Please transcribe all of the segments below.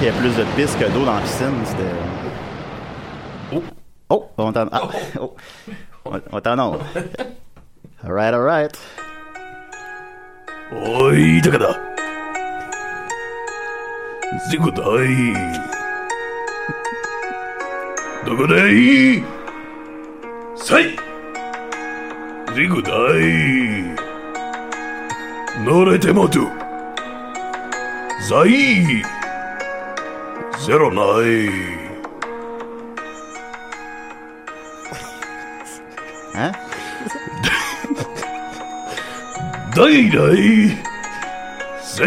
il y a plus de pisse que d'eau dans la piscine. C'était. Oh! Oh! On t'en. Ah! Oh. On, on t'en a. alright, alright. Oi, Takada! Zigudai! Takadai! Sai! Zigudai! Noretemotu! Zai! ゼロない。え代々、せ、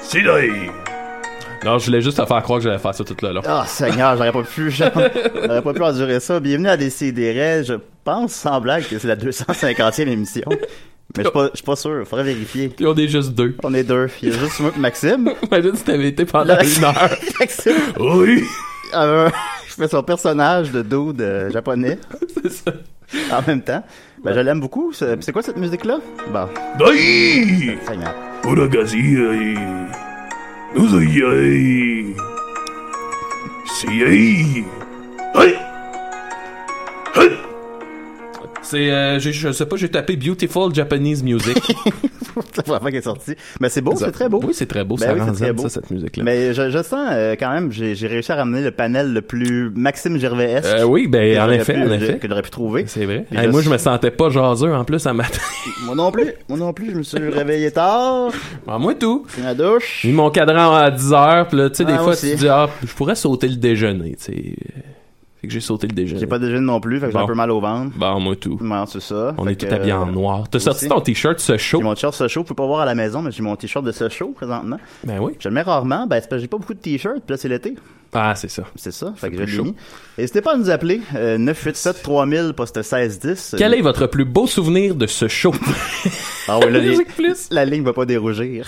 世代。 Non, je voulais juste te faire croire que j'allais faire ça tout le long. Ah, Seigneur, j'aurais pas pu, j'aurais pas pu endurer ça. Bienvenue à Décideret. E. Je pense, sans blague, que c'est la 250e émission. Mais je suis pas, j'suis pas sûr, faudrait vérifier. Puis on est juste deux. On est deux. Il y a juste moi et Maxime. Imagine si t'avais été pendant Le- une heure. Maxime, Oui! euh, je fais son personnage de dude euh, japonais C'est ça. en même temps. Ben, je l'aime beaucoup. C'est c'est quoi cette musique-là? Bon, 大 Seigneur. 裏がしやい。ぬずいやい。しやい。はいはい C'est, euh, j'ai- je sais pas, j'ai tapé Beautiful Japanese Music. C'est la première fois qu'elle est sortie. Mais c'est beau, c'est très beau. Oui, c'est très beau. Ben ça oui, rend c'est très zen, beau. ça, cette musique-là. Mais je, je sens euh, quand même, j'ai j'ai réussi à ramener le panel le plus Maxime Gervais-esque Euh, oui, que ben, en j'aurais effet, pu- en effet. que j'aurais pu trouver. C'est vrai. Puis Hey, je- moi, je me sentais pas jaseux en plus à matin. Moi non plus, moi non plus, je me suis réveillé tard, Ah, moi, tout. pris ma douche. J'ai mis mon cadran à 10 heures, pis là, tu sais, des Ah, moi fois, tu aussi. te dis, ah, je pourrais sauter le déjeuner, tu sais. Fait que j'ai sauté le déjeuner. J'ai pas déjeuné non plus, fait que j'ai Bon. un peu mal au ventre. Bon, moi, tout. Non, c'est ça. On Fait est tout que, habillés en euh, noir. T'as moi sorti aussi. ton t-shirt, ce chaud. J'ai mon t-shirt Sochaux, vous pouvez pas voir à la maison, mais j'ai mon t-shirt de Sochaux présentement. Ben oui. Je le mets rarement, ben c'est parce que j'ai pas beaucoup de t-shirts, puis là c'est l'été, Ah, c'est ça. c'est ça, fait que je plus l'ai chaud. mis. N'hésitez pas à nous appeler, euh, 987 3000 poste 1610. Quel est votre plus beau souvenir de ce show? Ah oui, là, les- Musique plus. la ligne va pas dérougir.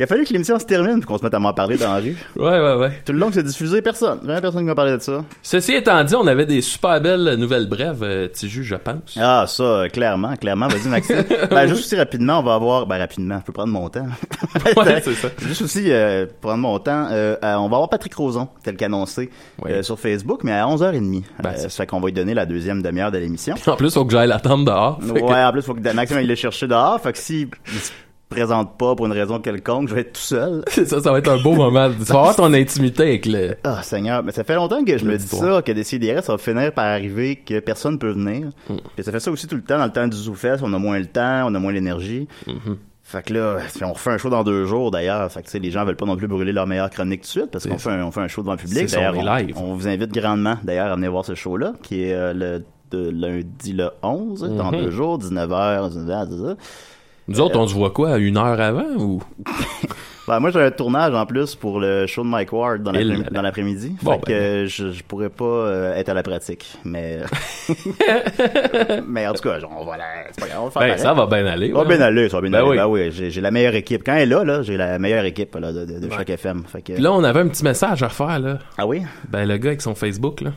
Il a fallu que l'émission se termine pour qu'on se mette à m'en parler dans la rue. Ouais, ouais, ouais. Tout le long que c'est diffusé, personne. Jamais personne qui m'a parlé de ça. Ceci étant dit, on avait des super belles nouvelles brèves, euh, Tiju, je pense. Ah, ça, euh, clairement, clairement. Vas-y, Maxime. ben, juste aussi rapidement, on va avoir... Ben, rapidement, je peux prendre mon temps. Ouais, c'est ça. Juste aussi, euh, prendre mon temps, euh, euh, on va avoir Patrick Roson, tel qu'annoncé, Oui. euh, sur Facebook, mais à 11h30. Ben, Euh, c'est- ça fait qu'on va lui donner la deuxième demi-heure de l'émission. En plus, faut que j'aille l'attendre dehors. Fait que- Ouais, en plus, faut que Maxime aille le chercher dehors. Fait que s'il se présente pas pour une raison quelconque, je vais être tout seul. C'est ça, ça va être un beau moment. Tu vas avoir ton intimité avec le... Ah, Seigneur, mais ça fait longtemps que je me dis L'auditoire. ça, que DCDR, ça va finir par arriver que personne peut venir. Mm. Puis ça fait ça aussi tout le temps, dans le temps du ZooFest, on a moins le temps, on a moins l'énergie. Mm-hmm. Fait que là, si on refait un show dans deux jours d'ailleurs. Fait que tu sais, les gens veulent pas non plus brûler leur meilleure chronique tout de suite parce qu'on fait, un- on fait un show devant le public. C'est ça, D'ailleurs, on est live. on, on vous invite grandement d'ailleurs à venir voir ce show-là qui est euh, le de lundi le 11, dans Mm-hmm. deux jours, 19h, 19h, 19h. Nous autres, on se voit quoi, une heure avant ou... Ben, moi, j'ai un tournage en plus pour le show de Mike Ward dans Et l'après- là, là. dans l'après-midi. Bon, fait ben. que je, je pourrais pas euh, être à la pratique. Mais. mais en tout cas, genre, on va la- c'est pas grave, on va le faire Ben, pareil. ça va bien aller. Ça va ouais. bien aller, ça va bien Ben aller. oui. Ben oui, j'ai j'ai la meilleure équipe. Quand elle est là, là j'ai la meilleure équipe là, de, de, de chaque FM. Fait que... Puis là, on avait un petit message à refaire, là. Ah oui? Ben, le gars avec son Facebook, là.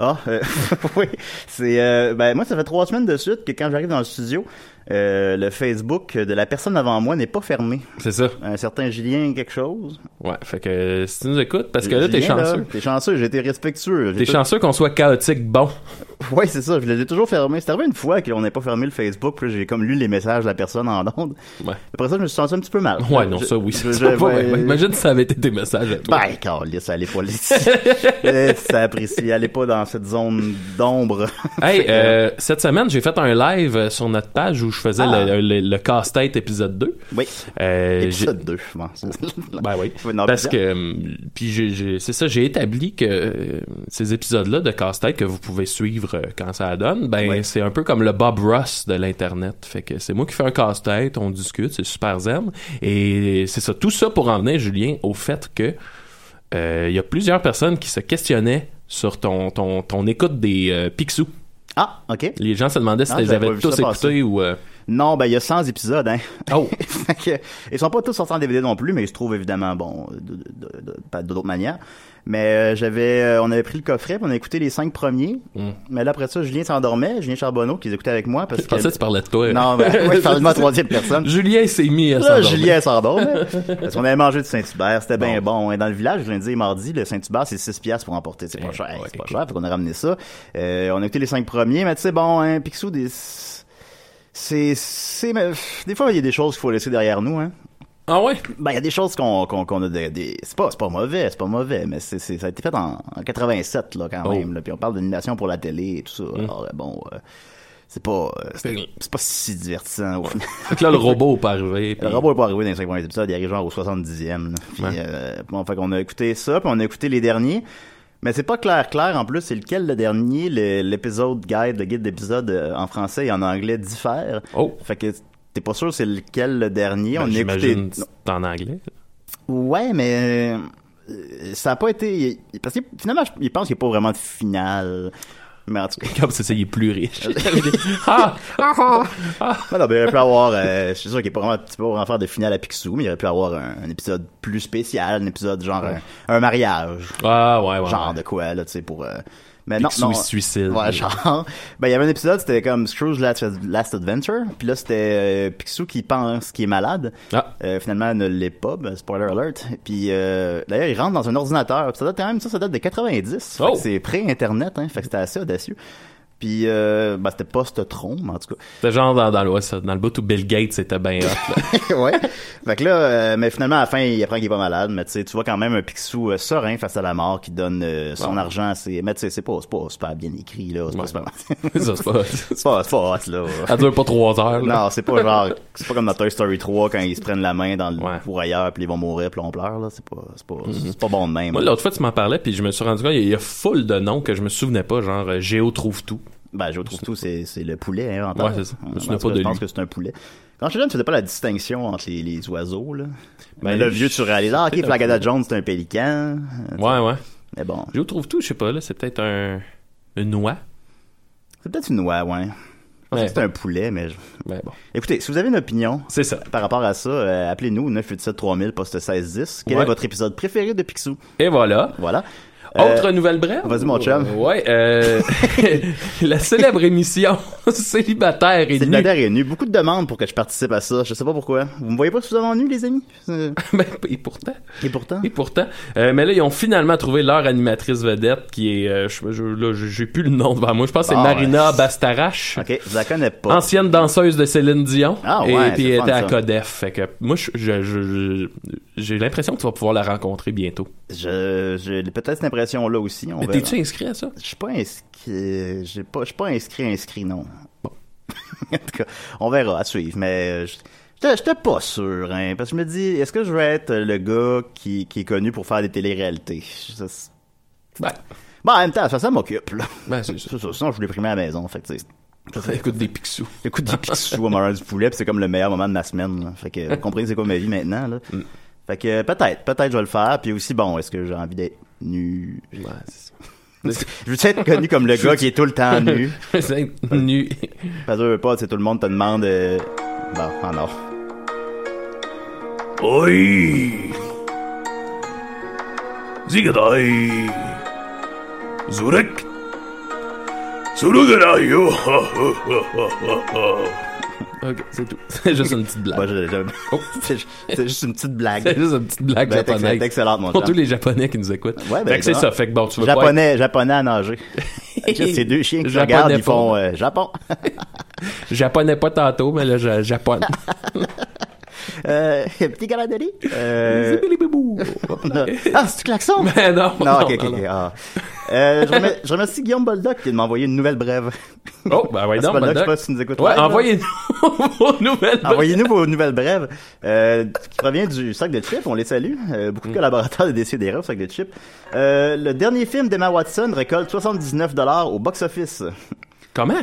Ah, euh, oui. C'est, euh, ben, moi, ça fait trois semaines de suite que quand j'arrive dans le studio, euh, le Facebook de la personne avant moi n'est pas fermé. C'est ça. Un certain Julien quelque chose. Ouais, fait que euh, si tu nous écoutes, parce que là, t'es Julien, chanceux. T'es chanceux, j'ai été respectueux. J'ai T'es tout- chanceux qu'on soit chaotique bon. Ouais, c'est ça, je l'ai toujours fermé. C'est arrivé une fois qu'on n'ait pas fermé le Facebook, puis là, j'ai comme lu les messages de la personne en ondes. Ouais. Après ça, je me suis senti un petit peu mal. Ouais, non, Je- ça, oui. c'est je- je- pas ouais. vrai. Imagine si ça avait été des messages à toi. Ben, calisse, allez pas ici. ça apprécie, allez pas dans cette zone d'ombre. Hey, euh, cette semaine, j'ai fait un live euh, sur notre page où je faisais Ah. le, le- le casse-tête épisode 2. Oui. Euh, Épisode 2, je pense. j'ai- Ben oui. Faut une ambiance. Parce que, hum, puis j'ai- j'ai- c'est ça, j'ai établi que euh, ces épisodes-là de casse-tête que vous pouvez suivre euh, quand ça donne, ben Oui. c'est un peu comme le Bob Ross de l'internet. Fait que c'est moi qui fais un casse-tête, on discute, c'est super zen. Et c'est ça, tout ça pour en venir, Julien, au fait que euh, il y a plusieurs personnes qui se questionnaient sur ton ton, ton écoute des euh, Picsou. Ah, ok. Les gens se demandaient si Ah, tu les j'avais pas avais vu tous ça écoutés passer. ou. euh, Non, ben, il y a 100 épisodes, hein. Oh, Fait que, ils sont pas tous sortis en DVD non plus, mais ils se trouvent évidemment, bon, de- de- de- de- pas d'autres manières. Mais euh, j'avais, euh, on avait pris le coffret, puis on a écouté les cinq premiers. Mm. Mais là, après ça, Julien s'endormait, Julien Charbonneau, qui les écoutait avec moi, parce je que... pensais que tu parlais de toi. Non, ben, moi, je parlais de ma troisième personne. Julien s'est mis à Là, s'endormir. Julien s'endort. hein. Parce qu'on avait mangé du Saint-Hubert, c'était bien Bon. bon. hein. Dans le village, lundi et mardi, le Saint-Hubert, c'est 6 piastres pour emporter. C'est pas Eh, cher. ouais. C'est pas cher. Fait qu'on a ramené ça. Euh, on a écouté les cinq premiers, mais tu sais, bon, hein, Picsou, des... C'est, c'est, mais, pff, des fois, il y a des choses qu'il faut laisser derrière nous, hein. Ah ouais? Ben, il y a des choses qu'on, qu'on, qu'on a des, des- c'est pas, c'est pas mauvais, c'est pas mauvais, mais c'est, c'est- ça a été fait en, en 87, là, quand Oh. Mm. même, là. Puis on parle d'animation pour la télé et tout ça. Alors, euh, bon, euh, c'est pas, euh, c'est, Fait- c'est pas si divertissant, ouais. Fait que là, le robot est pas arrivé. puis- Le robot est pas arrivé dans les 5 premiers épisodes, il arrive genre au 70e. là. Puis, Ouais. euh, bon, fait qu'on a écouté ça, puis on a écouté les derniers. Mais c'est pas clair, clair en plus, c'est lequel le dernier, le- l'épisode guide, le guide d'épisode euh, en français et en anglais diffère. Oh! Fait que t'es pas sûr c'est lequel le dernier. Ben, on a écouté. J'imagine que c'est en anglais. Ouais, mais euh, ça a pas été. Parce que finalement, je je pense qu'il n'y a pas vraiment de finale. Mais en tout cas. Comme ça, c'est- il est plus riche. ah! Ben non, ben, il aurait pu avoir, euh, je suis sûr qu'il est pas vraiment un petit peu en faire de finale à Picsou, mais il aurait pu avoir un, un épisode plus spécial, un épisode genre un- un, mariage, Ah, ouais, ouais. genre ouais. de quoi, là, tu sais, pour... euh, Mais Picsou, il se suicide. Ouais, genre. Ben, il y avait un épisode, c'était comme Scrooge Last, Last Adventure, puis là, c'était euh, Picsou qui pense qu'il est malade. Ah. Euh, finalement, il ne l'est pas, ben, spoiler alert. Puis euh, d'ailleurs, il rentre dans un ordinateur. Puis ça date quand même, ça, ça date de 90. Fait que Oh! C'est pré-internet, hein. Fait que c'était assez audacieux. Puis, euh, ben, c'était post-tron, mais en tout cas. C'était genre dans, dans, le- ouais, ça, dans le bout où Bill Gates était bien hot. là. ouais. Fait que là, euh, mais finalement, à la fin, il apprend qu'il est pas malade, mais tu sais, tu vois quand même un Picsou euh, serein face à la mort qui donne euh, son argent à ses. Mais tu sais, c'est pas, c'est pas super bien écrit, là. C'est pas Ouais. ça, super. c'est pas... c'est pas, c'est pas hot, là. Ça dure pas trois heures. Là. Non, c'est pas genre, c'est pas comme dans Toy Story 3 quand ils se prennent la main dans le Ouais. Mm-hmm. pour ailleurs puis ils vont mourir puis on pleure là, c'est pas c'est pas c'est pas bon de même. Moi, là. l'autre fois, tu m'en parlais, puis je me suis rendu compte, il y a- il y, a full de noms que je me souvenais pas, genre euh, Géo trouve tout. Ben, je trouve tout, c'est, c'est le poulet inventaire. Ouais, c'est ça. Je me souviens En tout pas cas, de je pense lui. que c'est un poulet. Quand je jeune, tu faisais pas la distinction entre les, les oiseaux, là. Ben, Ben, le je- vieux, tu réalises, ah, ok, Flagada Jones, c'est un pélican. Ouais, ouais. Mais bon. Géo trouve tout, je sais pas, là, c'est peut-être un. Une noix. C'est peut-être une oie, ouais. Je pense Ouais. que c'est un poulet, mais je- Ben bon. Écoutez, si vous avez une opinion C'est ça. par rapport à ça, euh, appelez-nous au 987 3000 poste 1610. Quel Ouais. est votre épisode préféré de Picsou? Et voilà. Voilà. Autre Euh, nouvelle brève? vas-y, mon chum. Ouais, euh, la célèbre émission Célibataire et nu. Célibataire est nu. Beaucoup de demandes pour que je participe à ça. Je sais pas pourquoi. Vous me voyez pas suffisamment nu, les amis? Euh, Ben, et pourtant, Et pourtant. et pourtant. Euh, mais là, ils ont finalement trouvé leur animatrice vedette qui est, euh, je, je- là, j'ai- j'ai plus le nom devant moi. Je pense que c'est Ah, Marina ouais. Bastarache. Ok, je la connais pas. Ancienne danseuse de Céline Dion. Ah ouais, et puis c'est elle fun, était à ça. Codef. Fait que moi, je- je- je- je- j'ai l'impression que tu vas pouvoir la rencontrer bientôt. Je, j'ai peut-être cette impression-là aussi. On Mais verra. t'es-tu inscrit à ça? Je suis pas inscrit. J'ai pas, je suis pas inscrit, inscrit, non. Bon. en tout cas, on verra à suivre, mais euh, je- j'étais j'étais pas sûr, hein, parce que je me dis, est-ce que je vais être le gars qui, qui est connu pour faire des téléréalités? Je- ça- Ben, Bon, en même temps, ça, ça m'occupe, là. ben, c'est ça. C'est ça, sinon je voulais primer à la maison, fait que, tu sais, Ça écoute des pixous. J'écoute des pixous à m'heure du poulet, puis c'est comme le meilleur moment de ma semaine. là. Fait que vous comprenez c'est quoi ma vie maintenant. Là. Mm. Fait que euh, peut-être, peut-être je vais le faire. Puis aussi, bon, est-ce que j'ai envie d'être nu? Ouais, c'est Je veux être connu comme le gars qui est tout le temps nu. ça. C'est nu. Parce que je veux pas, tu sais, tout le monde te demande... euh, Bon, ah non. Oi! Zigadai! Zurek! Surugadai! Oh, oh, oh, oh, oh, oh, oh. Ok, c'est tout. C'est juste une petite Moi, blague. je- je- Oh. c'est c'est juste une petite C'est blague. juste une petite blague Ben, t'es- japonaise. t'es excellente, mon Pour chum. tous les japonais qui nous écoutent. Ouais, ben, fait que c'est ben, ça. Fait que bon, tu veux pas Japonais, japonais à nager. C'est deux chiens qui se Japonais regardent, ils pas. font euh, Japon. être... Japonais pas tantôt, mais là, je- Japon. Euh, petit gars de riz. Euh, Zibili-bibou. ah, c'est du klaxon? Mais Ben, non. Non, ok, ok, non, ok. non. ah. Euh, je, remer- je remercie Guillaume Boldoc qui m'a envoyé une nouvelle brève. Oh, ben ouais, Merci, donc, Boldoc. Boldoc, je sais Ah, pas si tu nous écoutes Ouais, live, là. envoyez-nous vos nouvelles. Envoyez-nous vos nouvelles brèves euh, qui provient du sac de chips. On les salue. Euh, beaucoup de collaborateurs de DCDR au sac de chips. Euh, le dernier film d'Emma Watson récolte 79 au box-office. Comment?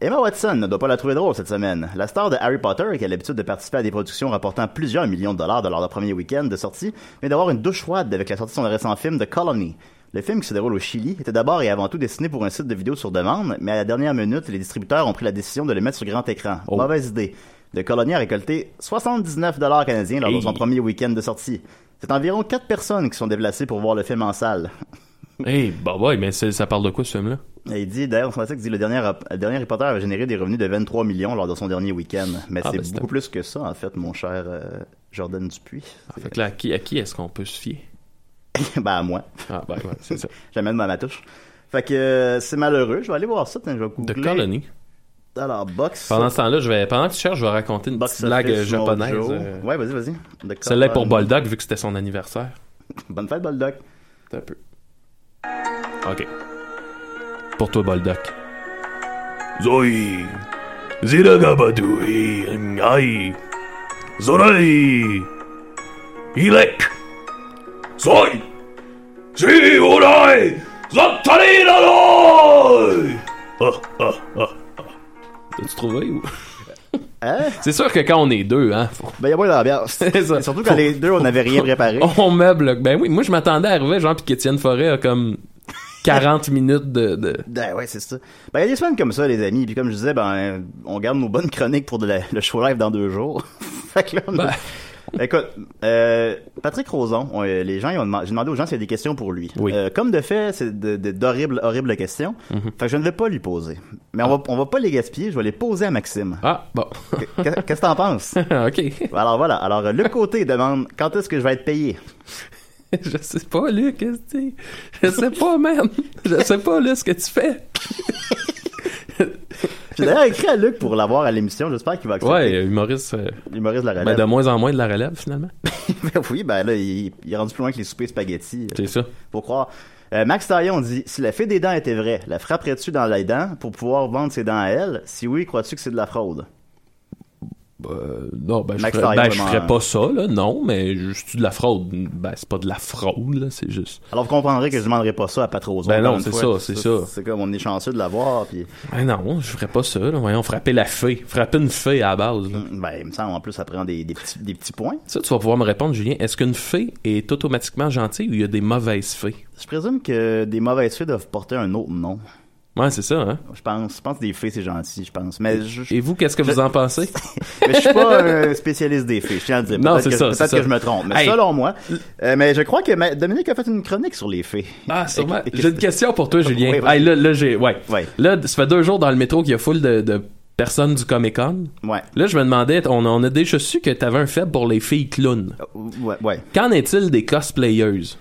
Emma Watson ne doit pas la trouver drôle cette semaine. La star de Harry Potter, qui a l'habitude de participer à des productions rapportant plusieurs millions de dollars lors leur premier week-end de sortie, vient d'avoir une douche froide avec la sortie de son récent film The Colony. Le film qui se déroule au Chili était d'abord et avant tout destiné pour un site de vidéos sur demande, mais à la dernière minute, les distributeurs ont pris la décision de le mettre sur grand écran. Oh. Mauvaise idée. The Colony a récolté 79 dollars canadiens lors de Hey. son premier week-end de sortie. C'est environ 4 personnes qui sont déplacées pour voir le film en salle. Hey, bah ouais, mais c'est- ça parle de quoi, ce film-là? Et il dit, d'ailleurs, on sait qu'il dit le dernier, le dernier reporter avait généré des revenus de 23 millions lors de son dernier week-end. Mais Ah, c'est ben, c'est beaucoup plus que ça, en fait, mon cher euh, Jordan Dupuis. Ah, Fait que là, à qui, à qui est-ce qu'on peut se fier? ben, à moi. Ah, ben ouais, c'est ça. J'amène ma matouche. Fait que euh, c'est malheureux. Je vais aller voir ça. tiens, Je vais The googler. Colony. Alors, box. Pendant ce temps-là, je vais, pendant que tu cherches, je vais raconter une box petite blague office, euh, japonaise. Mojo. euh, Ouais, vas-y, vas-y. The Celle-là est pour Colony. Boldoc, vu que c'était son anniversaire. Bonne fête, Boldoc. Attends Un peu. Ok. Pour toi, Boldoc. Zoi! Ziragabadui! Ngai! Zorai! Ilek! Zoi! Ziorai! Zattari Nanoi! Ah, ah, ah. T'as-tu trouvé ou? Hein? C'est sûr que quand on est deux, hein, faut- Ben, y'a pas l'ambiance. C'est ça. Et Surtout quand les deux, on n'avait rien préparé. on meuble. là. Ben oui, moi je m'attendais à arriver, genre, pis qu'Étienne Forêt a comme 40 minutes de. de- Ben ouais, c'est ça. Ben, il y a des semaines comme ça, les amis. Puis comme je disais, ben, on garde nos bonnes chroniques pour de la- le show live dans deux jours. fait que là, on a- Ben. Écoute, euh, Patrick Roson, on- euh, les gens, ils ont demandé- j'ai demandé aux gens s'il y a des questions pour lui. Oui. Mhm. Euh, comme de fait, c'est de- de- d'horribles, horribles questions. Fait que je ne vais pas lui poser. Mais on va, on va pas les gaspiller, je vais les poser à Maxime. Ah, bon. Qu'est- Qu'est-ce que t'en penses? ok. Alors voilà. Alors, euh, le côté demande quand est-ce que je vais être payé? je sais pas, Luc, qu'est-ce que tu- Je sais pas, man. Je sais pas, là, ce que tu fais. J'ai d'ailleurs écrit à Luc pour l'avoir à l'émission. J'espère qu'il va accepter. Ouais, euh, humoriste. euh, L'humoriste de la ben, relève. de moins en moins de la relève, finalement. Ben oui, ben là, il, il est rendu plus loin que les soupers spaghettis. C'est ça. Pour croire. Euh, Max Taillon dit Si la fée des dents était vraie, la frapperais-tu dans les dents pour pouvoir vendre ses dents à elle Si oui, crois-tu que c'est de la fraude Euh, non, ben, je Max ferais, Thayer, ben, je vraiment, ferais hein. pas ça, là, non, mais je suis de la fraude. Ben, c'est pas de la fraude, là, c'est juste. Alors vous comprendrez que je demanderai pas ça à Patroson. Ben encore non, une c'est ça, fois. c'est ça. C'est comme on est chanceux de l'avoir. Puis, Ben non, je ferais pas ça, là. Voyons, frapper la fée. Frapper une fée à la base, là. ben, il me semble en plus, ça prend des, des, petits, des petits points. Ça, tu vas pouvoir me répondre, Julien. Est-ce qu'une fée est automatiquement gentille ou il y a des mauvaises fées? Je présume que des mauvaises fées doivent porter un autre nom. Ouais, c'est ça, hein. Je pense, je pense que des fées, c'est gentil, je pense. Mais je, je- Et vous, qu'est-ce que vous en pensez? mais je suis pas un spécialiste des fées, je tiens à le dire. Non, Peut-être c'est que- ça, Peut-être c'est que ça. je me trompe. Mais Hey. selon moi, euh, mais je crois que ma- Dominique a fait une chronique sur les fées. Ah, sûrement. Et que- et que J'ai une question pour toi, Julien. Oui, vas-y. Hey, là, là, j'ai, ouais. Ouais. Là, ça fait deux jours dans le métro qu'il y a full de, de personnes du Comic Con. Ouais. Là, je me demandais, on, on a déjà su que t'avais un faible pour les filles clowns. Oh. Ouais, ouais. Qu'en est-il des cosplayeuses?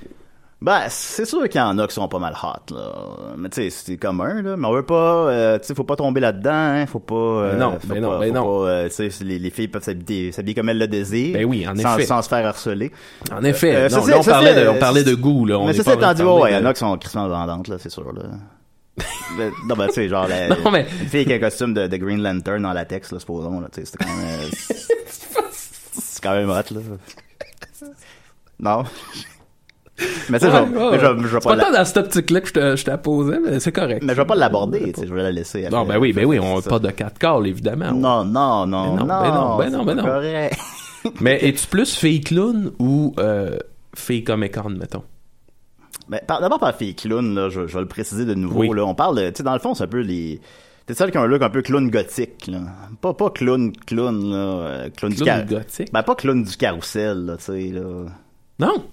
Ben, c'est sûr qu'il y en a qui sont pas mal hot, là. Mais tu sais, c'est commun, là. Mais on veut pas, euh, tu sais, faut pas tomber là-dedans, hein. Faut pas, euh, Non, faut ben non, pas- ben faut non. pas, euh, tu sais, les, les filles peuvent s'habiller, s'habiller comme elles le désirent. Ben oui, en sans, effet. Sans se faire harceler. En effet, Euh, Eh, non, ceci- là, on, ceci- parlait de, euh, on parlait de goût. Là, on mais est ça, pas c'est en train tant de dit, parler ouais, il y en de- a qui sont crissement vendantes, là, c'est sûr, là. Ben, non, ben, tu sais, genre, la, Non, mais- une fille qui a un costume de, de Green Lantern en latex, là, supposons, là, tu sais, c'est quand même, euh, c'est quand même hot, là. Non. Mais tu sais, je vais- mais je vais- je vais C'est pas pas la- tant dans cette optique-là que je te- je t'ai posé, mais c'est correct. Mais je vais pas l'aborder, tu sais, je vais la laisser. Non, ben oui, ben oui, on pas de 4 calls, évidemment. Non, non, Ben non, non, non. ben non, ben non, ben c'est non. correct. Mais es-tu plus fille clown ou euh, fille comic con, mettons? Ben, par- d'abord par fille clown, là, je, je vais le préciser de nouveau. Oui. Là, on parle, de- tu sais, dans le fond, c'est un peu les. C'est celles qui ont un look un peu clown gothique, là. Pas, pas clown, clown, là. euh, Clown, du Clown car- gothique? Ben, pas clown du carrousel, là, tu sais, là. Non!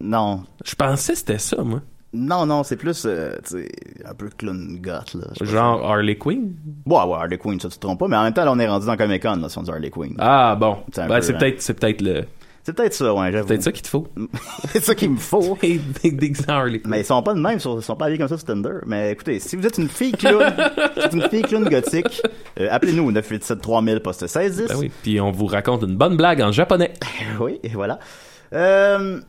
Non. Je pensais que c'était ça, moi. Non, non, c'est plus, euh, tu sais, un peu clown goth, là. Je sais pas. Genre Harley Quinn? Ouais, ouais, Harley Quinn, ça, tu te trompes pas, mais en même temps, là, on est rendu dans Comic Con, là, si on dit Harley Quinn. Ah, bon. C'est un Ben, peu, c'est hein. peut-être c'est peut-être le... C'est peut-être ça, ouais, j'avoue. peut être ça qu'il te faut. c'est ça qu'il me faut. Des- des- des Harley Quinn. Mais ils sont pas de même, ils sont, ils sont pas habillés comme ça sur Tinder. Mais écoutez, si vous êtes une fille clown, si vous êtes une fille clown gothique, euh, appelez-nous au 987 3000 poste 1610. Ben oui, puis on vous raconte une bonne blague en japonais. Oui, et voilà. Euh,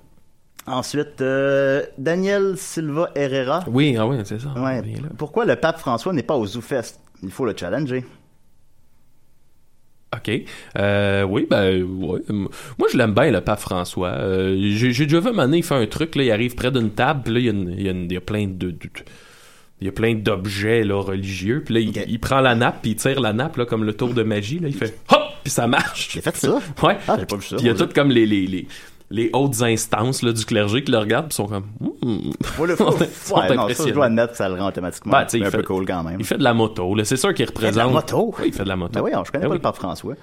ensuite, euh, Daniel Silva Herrera. Oui, ah oui, c'est ça. Ouais. On est là. Pourquoi le pape François n'est pas au ZooFest Il faut le challenger. OK. Euh, oui, ben, ouais. M- Moi, je l'aime bien, le pape François. Euh, J'ai j'ai déjà vu un moment donné, il fait un truc, là, il arrive près d'une table, puis là, il y a, une- il y a une- il y a plein de... de- il y a plein d'objets là, religieux, puis là, il, Ok. il prend la nappe, puis il tire la nappe, là, comme le tour de magie, là, il fait « Hop! » Puis ça marche. J'ai fait ça. Ouais. Ah, j'ai pas vu ça. Puis il y a Moi, toutes comme les, les, les, les hautes instances là, du clergé qui le regardent puis sont comme Hmm. Moi, le Ils sont ouais, non, ça, je dois impressionnés. admettre, ça le rend automatiquement. Ben, tu sais, mais il un fait- peu cool quand même. Il fait de la moto, là. c'est sûr qu'il représente. moto? Oui, il fait de la moto. Ben oui, je Ben connais pas oui. le pape François.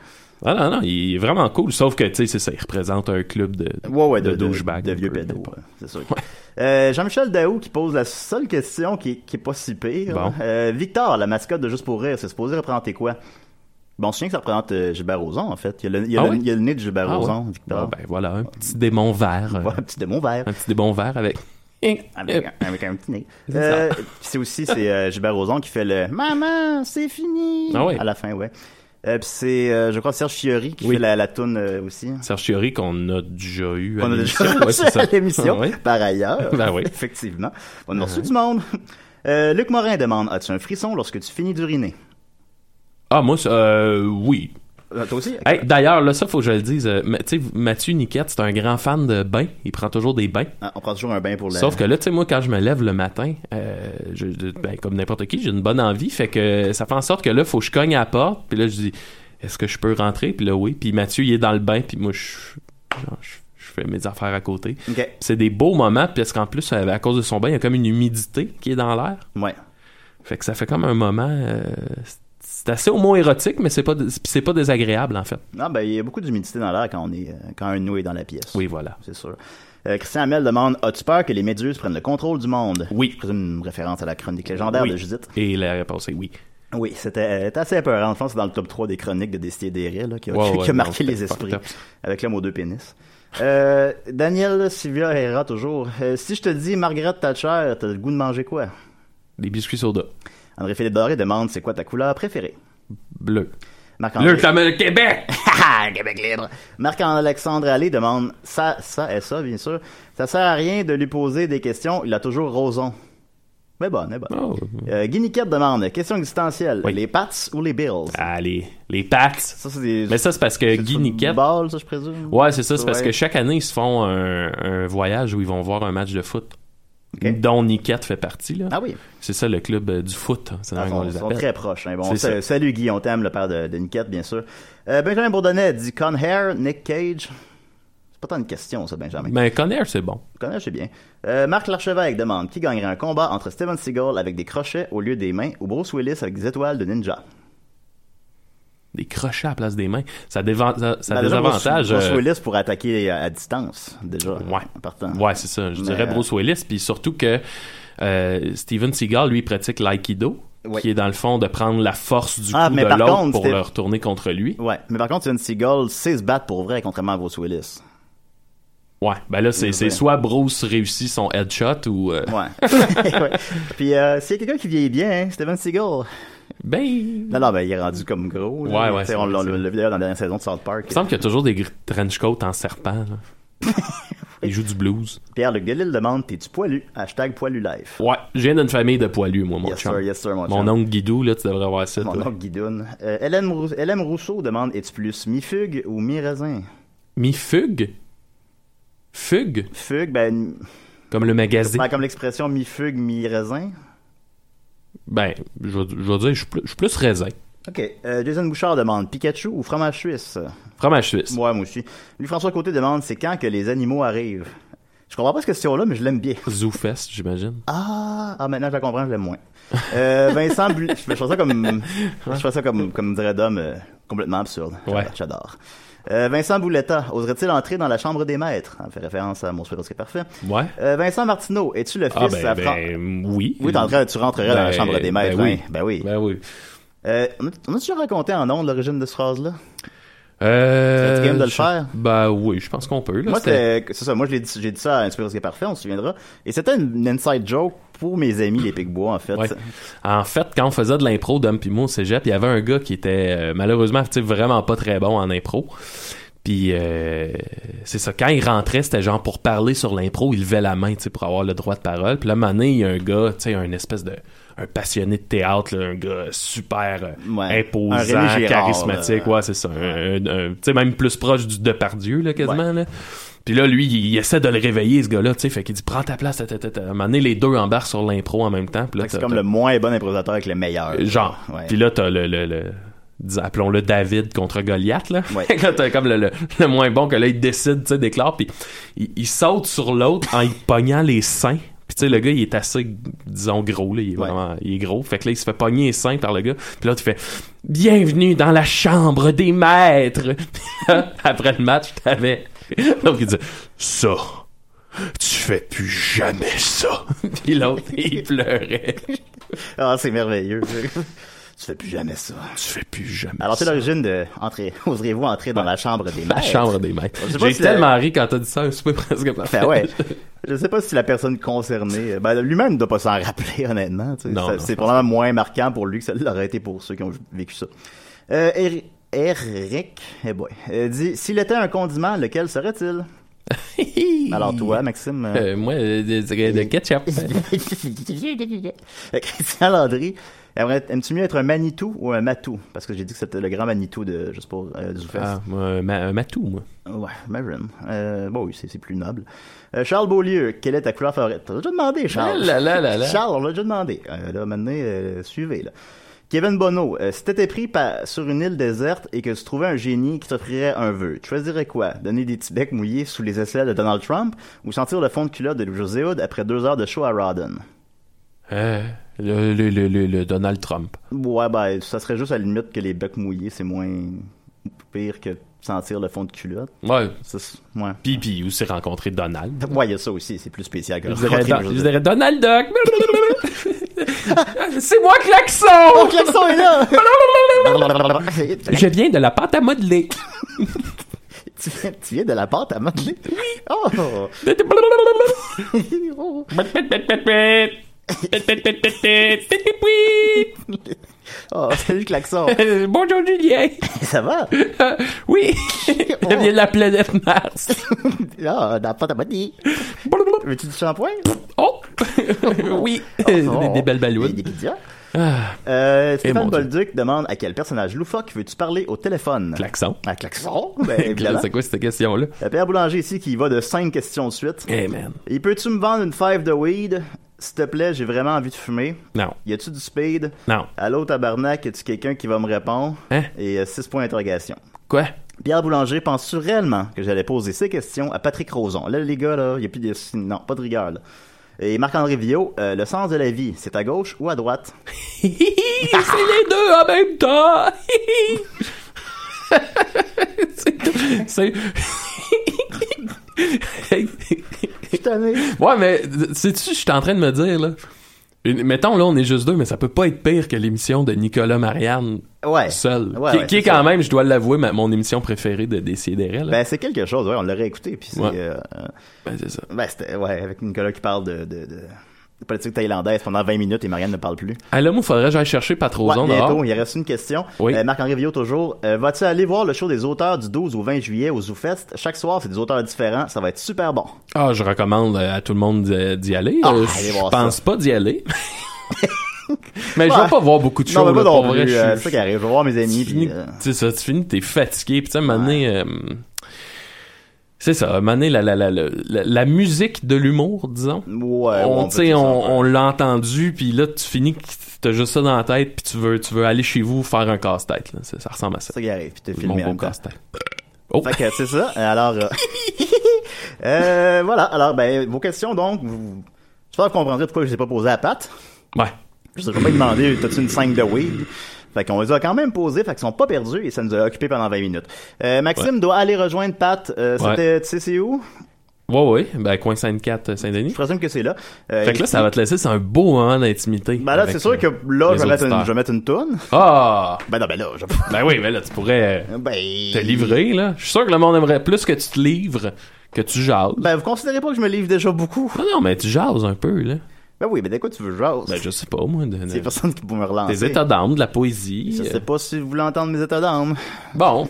Ah non, non, il est vraiment cool, sauf que, tu sais, c'est ça, il représente un club de, Ouais, ouais, de, de de- douchebags. de un vieux peu, pédos, mais ouais, c'est sûr. Euh, Jean-Michel Daou qui pose la seule question qui, qui est pas si pire. Bon. Euh, Victor, la mascotte de Juste pour rire, c'est supposé représenter quoi? Bon, je souviens que ça représente euh, Gilbert Rozon, en fait. Il y a le, il y a Ah le- oui? il y a le nez de Gilbert Ah ouais. Rozon, Bon, Victor. ben voilà, un petit démon vert. euh, Voilà, un petit démon vert. Un petit démon vert avec. Avec, un- avec un petit nez. C'est Euh, puis c'est aussi c'est euh, Gilbert Rozon qui fait le Maman, c'est fini Ah ouais. à la fin, ouais. Euh, puis c'est, euh, je crois, Serge Fiori qui Oui. fait la, la toune euh, aussi. Serge Fiori qu'on a déjà eu à On a l'émission. déjà Ouais, reçu c'est ça. à l'émission, Ah, ouais. par ailleurs. Ben oui. Ah. Effectivement. On a reçu du monde. Euh, Luc Morin demande As-tu un frisson lorsque tu finis d'uriner Ah, moi, c'est- euh, oui. Euh, Toi aussi Hey, D'ailleurs, là, ça, faut que je le dise. euh, ma- tu sais, Mathieu Niquette, c'est un grand fan de bain. Il prend toujours des bains. Ah, On prend toujours un bain pour la. Sauf que là, tu sais, moi, quand je me lève le matin, euh, je, je- ben, comme n'importe qui, j'ai une bonne envie. Fait que ça fait en sorte que là, faut que je cogne à la porte. Puis là, je dis, est-ce que je peux rentrer? Puis là, oui. Puis Mathieu, il est dans le bain. Puis moi, je, genre, je, je fais mes affaires à côté. Puis Ok. C'est des beaux moments. Puis parce qu'en plus, euh, à cause de son bain, il y a comme une humidité qui est dans l'air. Ouais. Fait que ça fait comme un moment. euh, c'est- c'est assez au moins érotique, mais c'est pas, dé- c'est pas désagréable, en fait. Non, ben, il y a beaucoup d'humidité dans l'air quand, on est, euh, quand un nous est dans la pièce. Oui, voilà. C'est sûr. Euh, Christian Hamel demande As-tu peur que les méduses prennent le contrôle du monde Oui. Je présume une référence à la chronique légendaire Oui. de Judith. Et la réponse est oui. Oui, c'était euh, c'était assez épeurant. En fait, c'est dans le top 3 des chroniques de Décidéré, là, qui a, Ouais, qui a ouais, marqué non, les c'était esprits. fucked up. Avec le mot de pénis. Euh, Daniel Sylvia Herrera, toujours. Euh, si je te dis Margaret Thatcher, t'as le goût de manger quoi? Des biscuits soda. André-Philippe Doré demande c'est quoi ta couleur préférée? Bleu. Marc-André... Bleu, comme le Québec! Haha, Québec libre! Marc-Alexandre Allais demande ça, ça et ça, bien sûr. Ça sert à rien de lui poser des questions, il a toujours raison. Mais bon, mais bon. Oh. Euh, Guiniquette demande question existentielle Oui. les Pats ou les Bills? Ah, les, les pats! Ça, c'est des. Mais ça, c'est parce que c'est Guy du Niquette. football, ça, je présume. Ouais, c'est ça, c'est parce Ouais. que chaque année, ils se font un, un voyage où ils vont voir un match de foot. Ok. Dont Niquette fait partie, là. Ah oui, Ah, C'est ça, le club euh, du foot. hein. C'est dans ils le nom sont, qu'on les sont appelle. très proches. hein. Bon, C'est sa- ça. salut Guy, on t'aime, le père de, de Niquette, bien sûr. Euh, Benjamin Bourdonnais dit Con Hair, Nick Cage. C'est pas tant une question, ça, Benjamin. Mais Conner, c'est bon. Je connais, je sais bien. Euh, Marc Larchevêque demande qui gagnerait un combat entre Steven Seagal avec des crochets au lieu des mains ou Bruce Willis avec des étoiles de ninja. Des crochets à la place des mains. Ça, dévan- ça, ça Ben, déjà, Bruce- désavantage. Bruce, euh, Willis pour attaquer à, à distance, déjà. Ouais. en partant. Ouais, c'est ça. Je Mais, dirais euh, Bruce Willis, puis surtout que euh, Steven Seagal, lui, pratique l'aïkido, Oui. qui est dans le fond de prendre la force du Ah, coup mais de par l'autre contre, pour c'était- le retourner contre lui. Ouais. Mais par contre, Steven Seagal sait se battre pour vrai, contrairement à Bruce Willis. Ouais, ben là, c'est Ouais. c'est soit Bruce réussit son headshot ou... euh, Ouais. Ouais. Puis, euh, s'il y a quelqu'un qui vieillit bien, hein, Steven Seagal. Ben... Il Non, non, ben, il est rendu comme gros. là. Ouais, ouais, Tu sais, c'est On vrai, l'a- on c'est l'a vu d'ailleurs dans la dernière saison de South Park. me semble qu'il y a toujours des gr- trench coats en serpent. là. Il joue du blues. Pierre-Luc Delisle demande T'es-tu poilu Hashtag poilu life. Ouais, je viens d'une famille de poilus, moi, Oh, mon yes, chum. sir, yes, sir, mon, Mon chum. oncle Guidou, là, tu devrais avoir ça, Mon toi. oncle Guidoune. Euh, LM, Rou- LM Rousseau demande Es-tu plus mi-fugue ou mi-raisin Mi-fugue? Fugue? Fugue, ben. Comme le magazine. Ben, comme l'expression mi-fugue, mi-raisin. Ben, je vais je vais dire, je suis plus, je suis plus raisin. OK. euh, Jason Bouchard demande Pikachu ou fromage suisse Fromage suisse. Moi, moi aussi. Lui, François Côté demande c'est quand que les animaux arrivent Je comprends pas cette question-là, mais je l'aime bien. Zoofest, j'imagine. Ah, ah, maintenant je la comprends, je l'aime moins. Euh, Vincent Bul... je trouve ça comme, je trouve ça comme, comme dirait Dom, euh, complètement absurde. Ouais. J'adore. Euh, Vincent Bouletta, oserait-il entrer dans la chambre des maîtres Ça fait référence à Mon Soir est parfait. Ouais. Euh, Vincent Martineau, es-tu le fils Ah, à ben, Fran- ben, oui. Oui, t'entrerais- tu rentrerais dans la Ben, chambre des maîtres. ben oui. hein. Ben oui. Ben oui. Euh, on a- on a déjà raconté en ondes l'origine de cette phrase-là Euh, Serais-tu game de le je- faire? Ben oui, je pense qu'on peut. Là, Moi, C'était- c'était- c'est ça. Moi, je l'ai dit- j'ai dit ça à Inspire ce qui est parfait, on se souviendra. Et c'était une, une inside joke pour mes amis, les Picbois, en fait. Ouais. En fait, quand on faisait de l'impro, Dom pis moi au cégep, il y avait un gars qui était euh, malheureusement tu sais, vraiment pas très bon en impro. Puis euh, c'est ça, quand il rentrait, c'était genre pour parler sur l'impro, il levait la main tu sais, pour avoir le droit de parole. Puis là, à un moment donné, il y a un gars, tu sais, un espèce de un passionné de théâtre, là, un gars super euh, Ouais. imposant, Un René Girard, charismatique. là. Ouais, c'est ça. Un- un- un- tu sais, même plus proche du Depardieu, là, quasiment. Là. Puis là, lui, il, il essaie de le réveiller, ce gars-là, tu sais. Fait qu'il dit, prends ta place, ta, ta, ta, ta. À un moment donné, les deux embarquent sur l'impro en même temps. Puis là, Fait que C'est t'as- comme le moins bon improvisateur avec le meilleur. Euh, Genre. Ouais. Puis là, t'as le, le, le- dis- appelons-le David contre Goliath, là. Ouais. Là, t'as comme le, le- le moins bon que là, il décide, tu sais, déclare, puis il, il saute sur l'autre en y pognant les seins. Puis tu sais, le gars, il est assez, disons, gros, là. Il est Ouais. vraiment, il est gros. Fait que là, il se fait pogner les seins par le gars. Puis là, tu fais « Bienvenue dans la chambre des maîtres! » Après le match, t'avais... Donc, il dit « Ça... » Tu fais plus jamais ça. Puis l'autre, il pleurait. Ah, c'est merveilleux. tu fais plus jamais ça. Tu fais plus jamais Alors, ça. c'est l'origine de entrer, oserez-vous entrer dans la chambre des maîtres? La chambre des maîtres. Je sais pas J'ai si la- tellement ri quand t'as dit ça, un souper presque parfait. Ben ouais. Je sais pas si la personne concernée, ben lui-même ne doit pas s'en rappeler honnêtement. tu sais. Non, Ça- non, je c'est probablement moins marquant pour lui que ça l'aurait été pour ceux qui ont vécu ça. Euh, Eri- Eric eh boy, euh, dit s'il était un condiment, lequel serait-il Alors toi, Maxime. euh, Euh, moi, euh, je dirais de ketchup. Euh, Christian Landry, aimerais- aimes-tu mieux être un Manitou ou un Matou Parce que j'ai dit que c'était le grand Manitou de, je sais pas, euh, du fest. ah, moi, un ma- un matou, moi. Ouais, Marin. Euh, bon, oui, c'est c'est plus noble. Euh, Charles Beaulieu, quelle est ta couleur favorite T'as déjà demandé, Charles. Ah là là là là. Charles, on l'a déjà demandé. Euh, là, maintenant, euh, suivez, là. Kevin Bonneau, euh, si t'étais pris par- sur une île déserte et que tu trouvais un génie qui t'offrirait un vœu, tu choisirais quoi? Donner des petits becs mouillés sous les aisselles de Donald Trump ou sentir le fond de culotte de Louis-José Hood après deux heures de show à Rodden? Euh, le, le, le, le, le Donald Trump. Ouais, ben, ça serait juste à la limite que les becs mouillés, c'est moins pire que sentir le fond de culotte. Ouais. Ça, c'est- ouais. Puis, puis où s'est rencontré Donald. Ouais, il y a ça aussi, c'est plus spécial que Je dirais, rentrer Don- dans je le- dirais Donald Duck. C'est moi, Klaxon! Mon klaxon Oh, est là! Je viens de la pâte à modeler. tu, viens, tu viens de la pâte à modeler? Oui! Oh! Oh. Oh, salut klaxon! Bonjour Julien. Ça va? Euh, oui. Je viens de la planète Mars. Ah, dans la pâte à modeler! Veux-tu du shampoing? Oh. oui. Des, des belles balouines. ballouines. Oh, Des pizzas. Ah, Euh, Eh, Stéphane mon Dieu. Bolduc demande à quel personnage loufoque veux-tu parler au téléphone? klaxon. À klaxon? Ben, évidemment. C'est quoi cette question-là? Euh, Pierre Boulanger ici qui va de 5 questions de suite. Eh man. Et peux-tu me vendre une five de weed? S'il te plaît, j'ai vraiment envie de fumer. Non. Y a-tu du speed? Non. Allô, tabarnak, y tu quelqu'un qui va me répondre? Hein? Et 6 points d'interrogation. Quoi? Pierre Boulanger, penses-tu réellement que j'allais poser ces questions à Patrick Roson? Là, les gars, là, y a plus de... Non, pas de rigueur, là. Et Marc-André Villot, euh, le sens de la vie, c'est à gauche ou à droite? C'est les deux en même temps. C'est- C'est. Putain, Ouais, mais sais-tu, je suis en train de me dire, là. Une- mettons, là, on est juste deux, mais ça peut pas être pire que l'émission de Nicolas Marianne Ouais. seul. Ouais, qui ouais, qui est c'est quand ça. même, je dois l'avouer, ma- mon émission préférée de Décideret, là. Ben, c'est quelque chose, ouais, on l'aurait écouté, puis c'est... Ouais. euh, euh, Ben, c'est ça. ben, c'était... Ouais, avec Nicolas qui parle de... de, de- de politique thaïlandaise pendant 20 minutes et Marianne ne parle plus. Ah, là, moi, faudrait que j'aille chercher Ouais, Patrozon bientôt, dehors. il reste une question. Oui. Euh, Marc-Henri Villot, toujours. Euh, Vas-tu aller voir le show des auteurs du 12 au 20 juillet au ZooFest? Chaque soir, c'est des auteurs différents. Ça va être super bon. Ah, je recommande euh, à tout le monde euh, d'y aller. Ah, Euh, allez je voir pense pas d'y aller. mais je Ouais. vais pas voir beaucoup de non, choses, mais là, moi pour non vrai. plus. je euh, suis- C'est ça qui arrive. Je vais voir mes tu amis. finis- puis, euh, c'est ça, tu finis, t'es fatigué, puis tu sais, à un moment donné, euh, C'est ça, à un moment donné, la, la, la, la, la musique de l'humour, disons. Ouais, on peut tu sais, dire ça, on, ouais. on l'a entendu, puis là, tu finis, que t'as juste ça dans la tête, puis tu veux, tu veux aller chez vous faire un casse-tête. là. Ça, ça ressemble à ça. C'est ça qui arrive, puis t'es Mon filmé en beau même temps. casse-tête. Oh, Fait que c'est ça. Alors, euh, euh, voilà. Alors, ben, vos questions, donc, vous... j'espère que vous comprendrez pourquoi je ne les ai pas posées à Pat. ouais. Je ne pas demandé, t'as-tu une 5 de weed? Fait qu'on les a quand même posées, fait qu'ils sont pas perdus et ça nous a occupés pendant 20 minutes. Euh, Maxime doit aller rejoindre Pat. Euh, C'était, tu sais, c'est où? Ouais, ouais, ben, coin 54 Je Saint-Denis. présume que c'est là. Euh, Fait que là, ça va te laisser, c'est un beau moment d'intimité. Ben là, avec, c'est sûr que euh, là, les je vais, mettre une, auditeurs. je vais mettre une toune. Ah! Ben non, ben là, je... Ben oui, ben là, tu pourrais euh, Ben... te livrer, là. Je suis sûr que le monde aimerait plus que tu te livres que tu jases. Ah Ben, vous considérez pas que je me livre déjà beaucoup? Non, non, mais tu jases un peu, là. Ben oui, ben de quoi tu veux jaser? Ben, je sais pas, moi. De, de- C'est personne qui peut me relancer. des états d'âme, de la poésie. Je euh, sais pas si vous voulez entendre mes états d'âme. Bon.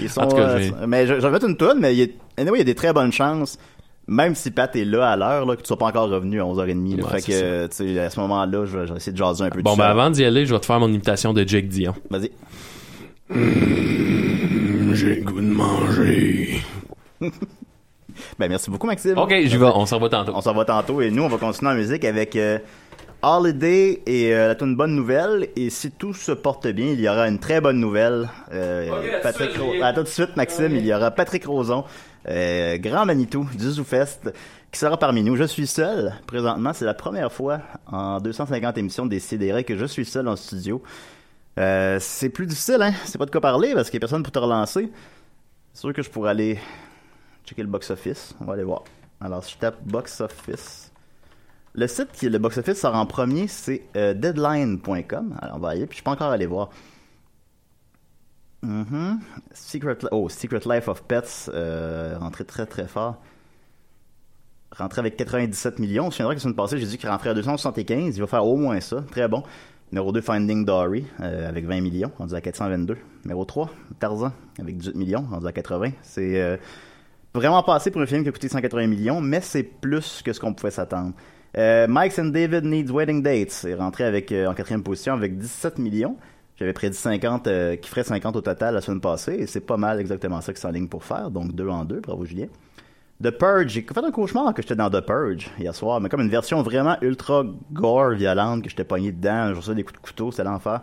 Ils sont, En tout cas, euh, j'ai- mais je, je vais mettre une toune, mais il y, a, anyway, il y a des très bonnes chances, même si Pat est là à l'heure, là, que tu sois pas encore revenu à 11h30. là. Ouais, fait c'est que, euh, tu sais, à ce moment-là, je vais, je vais essayer de jaser un peu. Bon, tout ben seul. avant d'y aller, je vais te faire mon imitation de Jake Dion. Vas-y. J'ai goût de manger. Ben, merci beaucoup, Maxime. Ok, j'y vais, on s'en va tantôt. On s'en va tantôt et nous, on va continuer en musique avec euh, Holiday et euh, la tune Bonne Nouvelle. Et si tout se porte bien, il y aura une très bonne nouvelle. Euh, Ok, à Patrick tout de suite, Ro- à tout de suite, Maxime, il y aura Patrick Roson, euh, grand Manitou du ZooFest, qui sera parmi nous. Je suis seul présentement. C'est la première fois en 250 émissions des CDR que je suis seul en studio. Euh, c'est plus difficile, hein? C'est pas de quoi parler parce qu'il n'y a personne pour te relancer. C'est sûr que je pourrais aller checker le box-office. On va aller voir. Alors, si je tape box-office. Le site qui est le box-office sort en premier, c'est euh, deadline.com. Alors, on va aller, puis je peux encore aller voir. Mhm. Secret, Li- oh, Secret Life of Pets, euh, rentré très très fort. Rentré avec 97 millions. Je me souviendrai que la semaine passée, j'ai dit qu'il rentrait à 275. Il va faire au moins ça. Très bon. Numéro 2, Finding Dory, euh, avec 20 millions, rendu à 422. Numéro 3, Tarzan, avec 18 millions, rendu à 80. C'est euh, vraiment passé pour un film qui a coûté 180 millions, mais c'est plus que ce qu'on pouvait s'attendre. Euh, Mike's and David Needs Wedding Dates est rentré avec, euh, en quatrième position avec 17 millions. J'avais prédit 50, euh, qui ferait 50 au total la semaine passée, et c'est pas mal exactement ça que c'est en ligne pour faire, donc 2 en 2, bravo Julien. The Purge, j'ai fait un cauchemar que j'étais dans The Purge hier soir, mais comme une version vraiment ultra gore, violente, que j'étais pogné dedans, je recevais des coups de couteau, c'était l'enfer.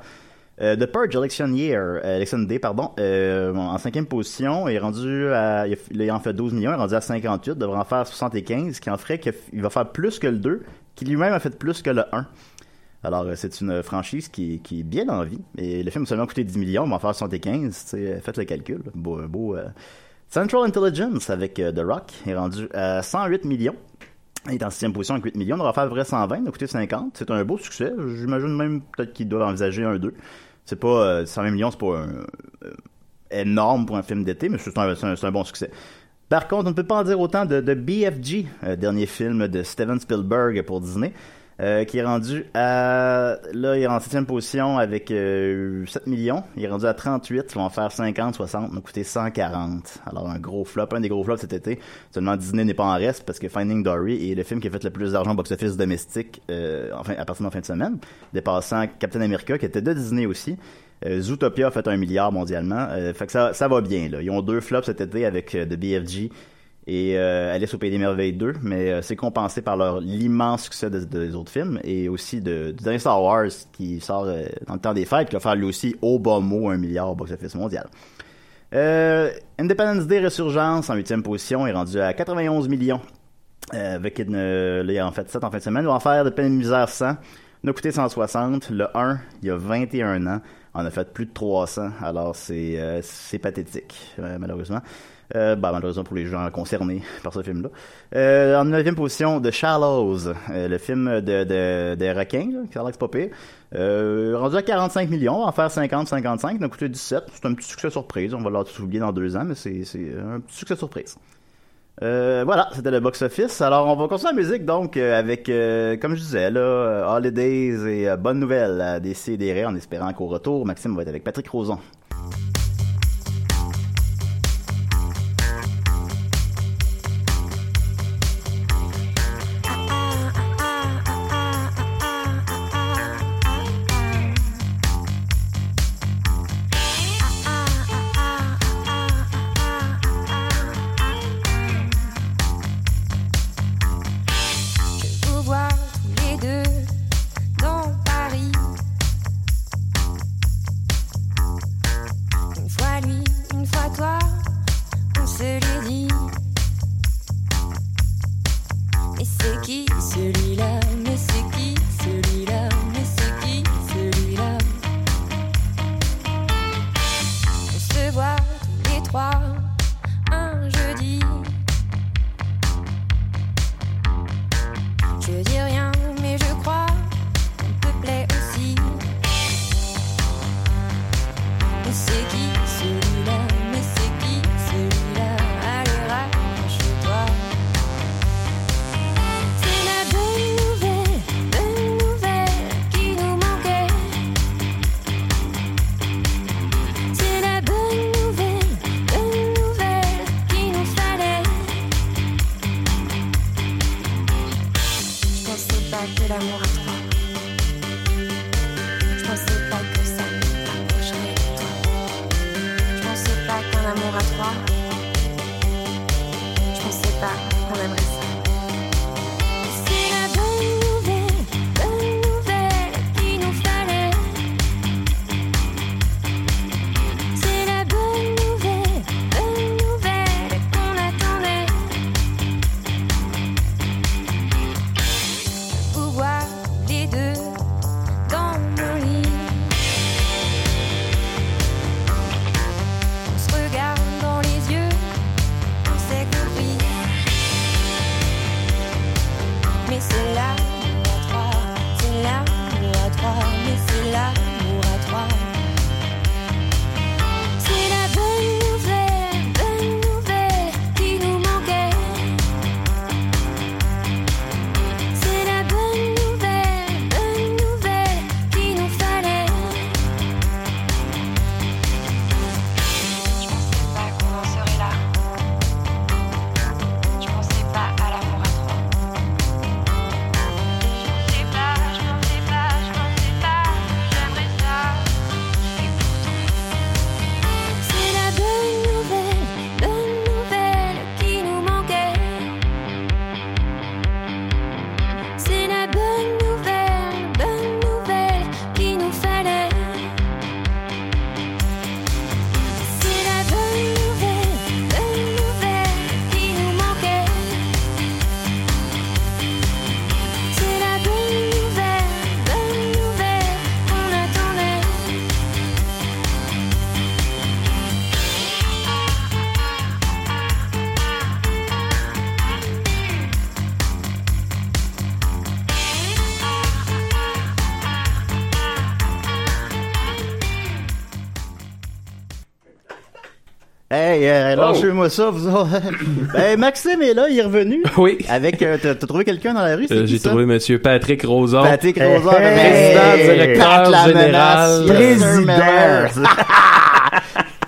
Euh, The Purge Election Year, euh, Election Day, pardon, euh, en cinquième position, il est rendu à, il, a- il en fait 12 millions, il est rendu à 58, devrait en faire 75, ce qui en ferait qu'il va faire plus que le 2, qui lui-même a fait plus que le 1. Alors, euh, c'est une franchise qui, qui est bien en vie. Et le film a seulement coûté 10 millions, mais en faire 75, tu sais, euh, faites le calcul. Beau, beau, euh. Central Intelligence avec euh, The Rock est rendu à 108 millions. Il est en sixième position avec 8 millions. On va faire à peu près 120, il a coûté 50. C'est un beau succès. J'imagine même peut-être qu'ils doivent envisager un 2. C'est pas euh, 120 millions, c'est pas un- euh, énorme pour un film d'été, mais c'est un, c'est un- c'est un bon succès. Par contre, on ne peut pas en dire autant de, de BFG, euh, dernier film de Steven Spielberg pour Disney, euh, qui est rendu à... Là, il est en 7 position avec euh, 7 millions. Il est rendu à 38. Ils vont en faire 50, 60, donc coûter 140. Alors, un gros flop, un des gros flops cet été. Seulement, Disney n'est pas en reste parce que Finding Dory est le film qui a fait le plus d'argent au box-office domestique euh, en fin- à partir de la fin de semaine, dépassant Captain America, qui était de Disney aussi. Euh, Zootopia a fait un milliard mondialement. Euh, fait que ça, ça va bien. Là. Ils ont deux flops cet été avec euh, The BFG et euh, Alice au Pays des Merveilles 2, mais euh, c'est compensé par leur l'immense succès de- de- des autres films et aussi de, du dernier Star Wars qui sort euh, dans le temps des fêtes, qui va faire lui aussi au bas mot un milliard au box-office mondial. Euh, Independence Day Resurgence en 8 position est rendu à 91 millions. Euh, avec une, euh, là, il en fait 7 en fin de semaine. Il va en faire de peine et misère 100. Il a coûté 160. Le 1, il y a 21 ans. On a fait plus de 300. Alors, c'est euh, c'est pathétique, euh, malheureusement. Euh, bah, malheureusement pour les gens concernés par ce film-là. Euh, en 9 position, The Shallows, euh, le film de, de, de requin, là, qui a l'air que c'est pas pire. Euh, rendu à 45 millions, on va en faire 50-55, il a coûté 17. C'est un petit succès surprise, on va l'avoir tout oublier dans deux ans, mais c'est c'est un petit succès surprise. Euh, voilà, c'était le box-office. Alors, on va continuer la musique, donc, euh, avec, euh, comme je disais, là, euh, Holidays et euh, Bonne Nouvelle à DCDR, en espérant qu'au retour, Maxime va être avec Patrick Roson. ah, ah, ah, ah, ah, ah, ah, ah, ah, ah, ah, pas, on aimerait ça. C'est la bonne nouvelle, bonne nouvelle qu'il nous fallait. C'est la bonne nouvelle, bonne nouvelle qu'on attendait. Pouvoir les deux dans nos lits. On se regarde dans les yeux, on s'est compris. Mais c'est l'amour à trois, c'est l'amour à trois, mais c'est l'amour à trois. C'est la bonne nouvelle, bonne nouvelle qui nous manquait. C'est la bonne nouvelle, bonne nouvelle qui nous fallait. Je pensais pas qu'on en serait là. Je pensais pas à l'amour à trois. Je pensais pas, je pensais pas, je pensais pas. J'aimerais ça. Et pourtant, C'est la bonne nouvelle, bonne nouvelle qui nous manquait. C'est la bonne nouvelle, bonne nouvelle qui nous fallait. C'est la bonne nouvelle, bonne nouvelle qui nous manquait. C'est la bonne nouvelle, bonne nouvelle qu'on attendait. Hey, euh, lâchez-moi ça, vous autres. ben, Maxime est là, il est revenu. Oui. Ah, Avec, euh, t'as t'as trouvé quelqu'un dans la rue, c'est qui Euh, J'ai ça? trouvé Monsieur Patrick Roson. Patrick Rosa, le Hey! président, Pat directeur la général. menace, Yes, sir, président. Miller.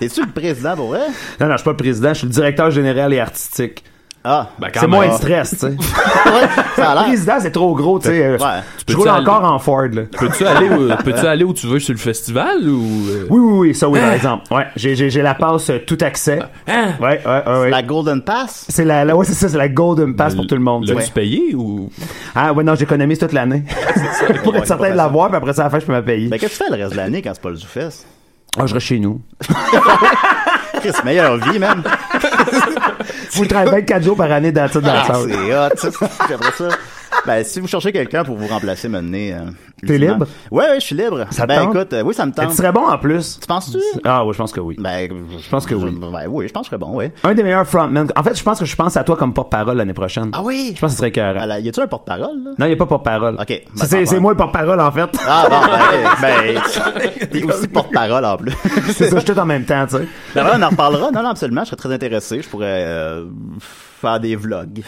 T'es-tu le président pour vrai? Non, non, je suis pas le président, je suis le directeur général et artistique. Ah, Ben, quand C'est même. moins de stress, tu sais. ouais, ça Ah. a l'air. président, c'est trop gros, tu sais. euh, Ouais. Je peux-tu roule aller- encore en Ford, là. Peux-tu aller, où... peux aller où tu veux sur le festival ou. euh, Oui, oui, oui, ça oui, par exemple. Ouais, j'ai, j'ai, j'ai la passe euh, tout accès. hein? Ouais, ouais, ouais. ouais. La Golden Pass? C'est la, la- ouais, c'est ça, Ah, c'est la golden pass pour tout le monde. tu sais. L'as-tu payé ou. Ah ouais, non, j'économise toute l'année. pour Ouais, être certain c'est de pas l'avoir, puis après ça, à la fin, je peux me payer. Ben, qu'est-ce que tu fais le reste de l'année quand c'est pas le Zoufest? Ah, je reste chez nous. Chris, meilleure vie, même. Vous travaillez 24 jours par année dans la dans la Ah, salle. c'est hot, ça. Puis après ça. Ben, si vous cherchez quelqu'un pour vous remplacer, maintenant. T'es libre? Ouais, ouais, je suis libre. Ça te ben, tente? écoute, euh, oui, ça me Tu tente. serais bon en plus. Tu penses-tu? Ah ouais, je pense que oui. Ben, Je pense que oui. Ben, oui, je pense que bon, oui. Un des meilleurs frontmen. En fait, je pense que je pense à toi comme porte-parole l'année prochaine. Ah oui? Je pense que ce serait écœurant. Alors, y a-tu un porte-parole, là? Non, il n'y a pas porte-parole. Ok. C'est- C'est c'est moi le porte-parole, en fait. Ah, bon, ben, ben, t'es aussi porte-parole en plus. c'est ça, je suis tout en même temps, tu sais. Ben, ouais, on en reparlera. Non, non, absolument, je serais très intéressé. Je pourrais euh, faire des vlogs,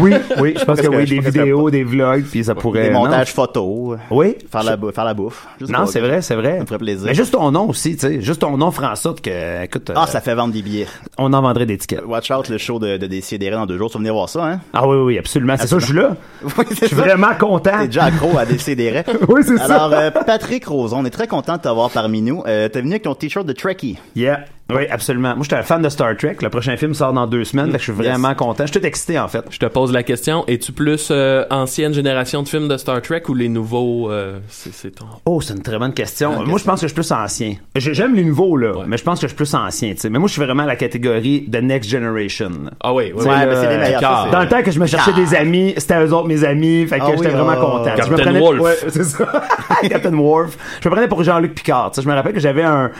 Oui, oui, je pense que que- oui, je des pense que c'est vidéos, des vlogs, puis ça pourrait... des Ben, non? montages photos, Oui. faire la, bou- faire la bouffe. Je sais Non, pas. c'est vrai, c'est vrai. me ferait plaisir. Mais juste ton nom aussi, tu sais. Juste ton nom ferait en sorte que, écoute, Ah, euh, ça fait vendre des billets. on en vendrait des tickets. Watch out, le show de, de Décidéré dans deux jours. Tu vas venir voir ça, hein? Ah oui, oui, oui, absolument. C'est ça, je suis là. Oui, Je suis vraiment content. T'es déjà accro à Décidéré. Oui, c'est ça. Alors, euh, Patrick Roson, on est très content de t'avoir parmi nous. Euh, T'es venu avec ton t-shirt de Trekkie. Yeah. Oui, absolument. Moi, j'étais un fan de Star Trek. Le prochain film sort dans deux semaines. fait que je suis vraiment content. Je suis tout excité, en fait. Je te pose la question, es-tu plus euh, ancienne génération de films de Star Trek ou les nouveaux euh, c'est, c'est ton. Oh, c'est une très bonne question. moi, je pense que je suis plus ancien. J'ai- J'aime les nouveaux, là, mais je pense que je suis plus ancien, tu sais. Mais moi, je suis vraiment à la catégorie The Next Generation. là. Ah oui, oui. Tu sais, Ouais, là, mais c'est les meilleurs, ça, c'est- Dans le temps que je me cherchais des amis, c'était eux autres mes amis, fait que Ah oui, j'étais vraiment ah. content. Je me Captain prenais- Wolf. Ouais, c'est ça. Captain Wolf. Je me prenais pour Jean-Luc Picard. tu sais. Je me rappelle que j'avais un,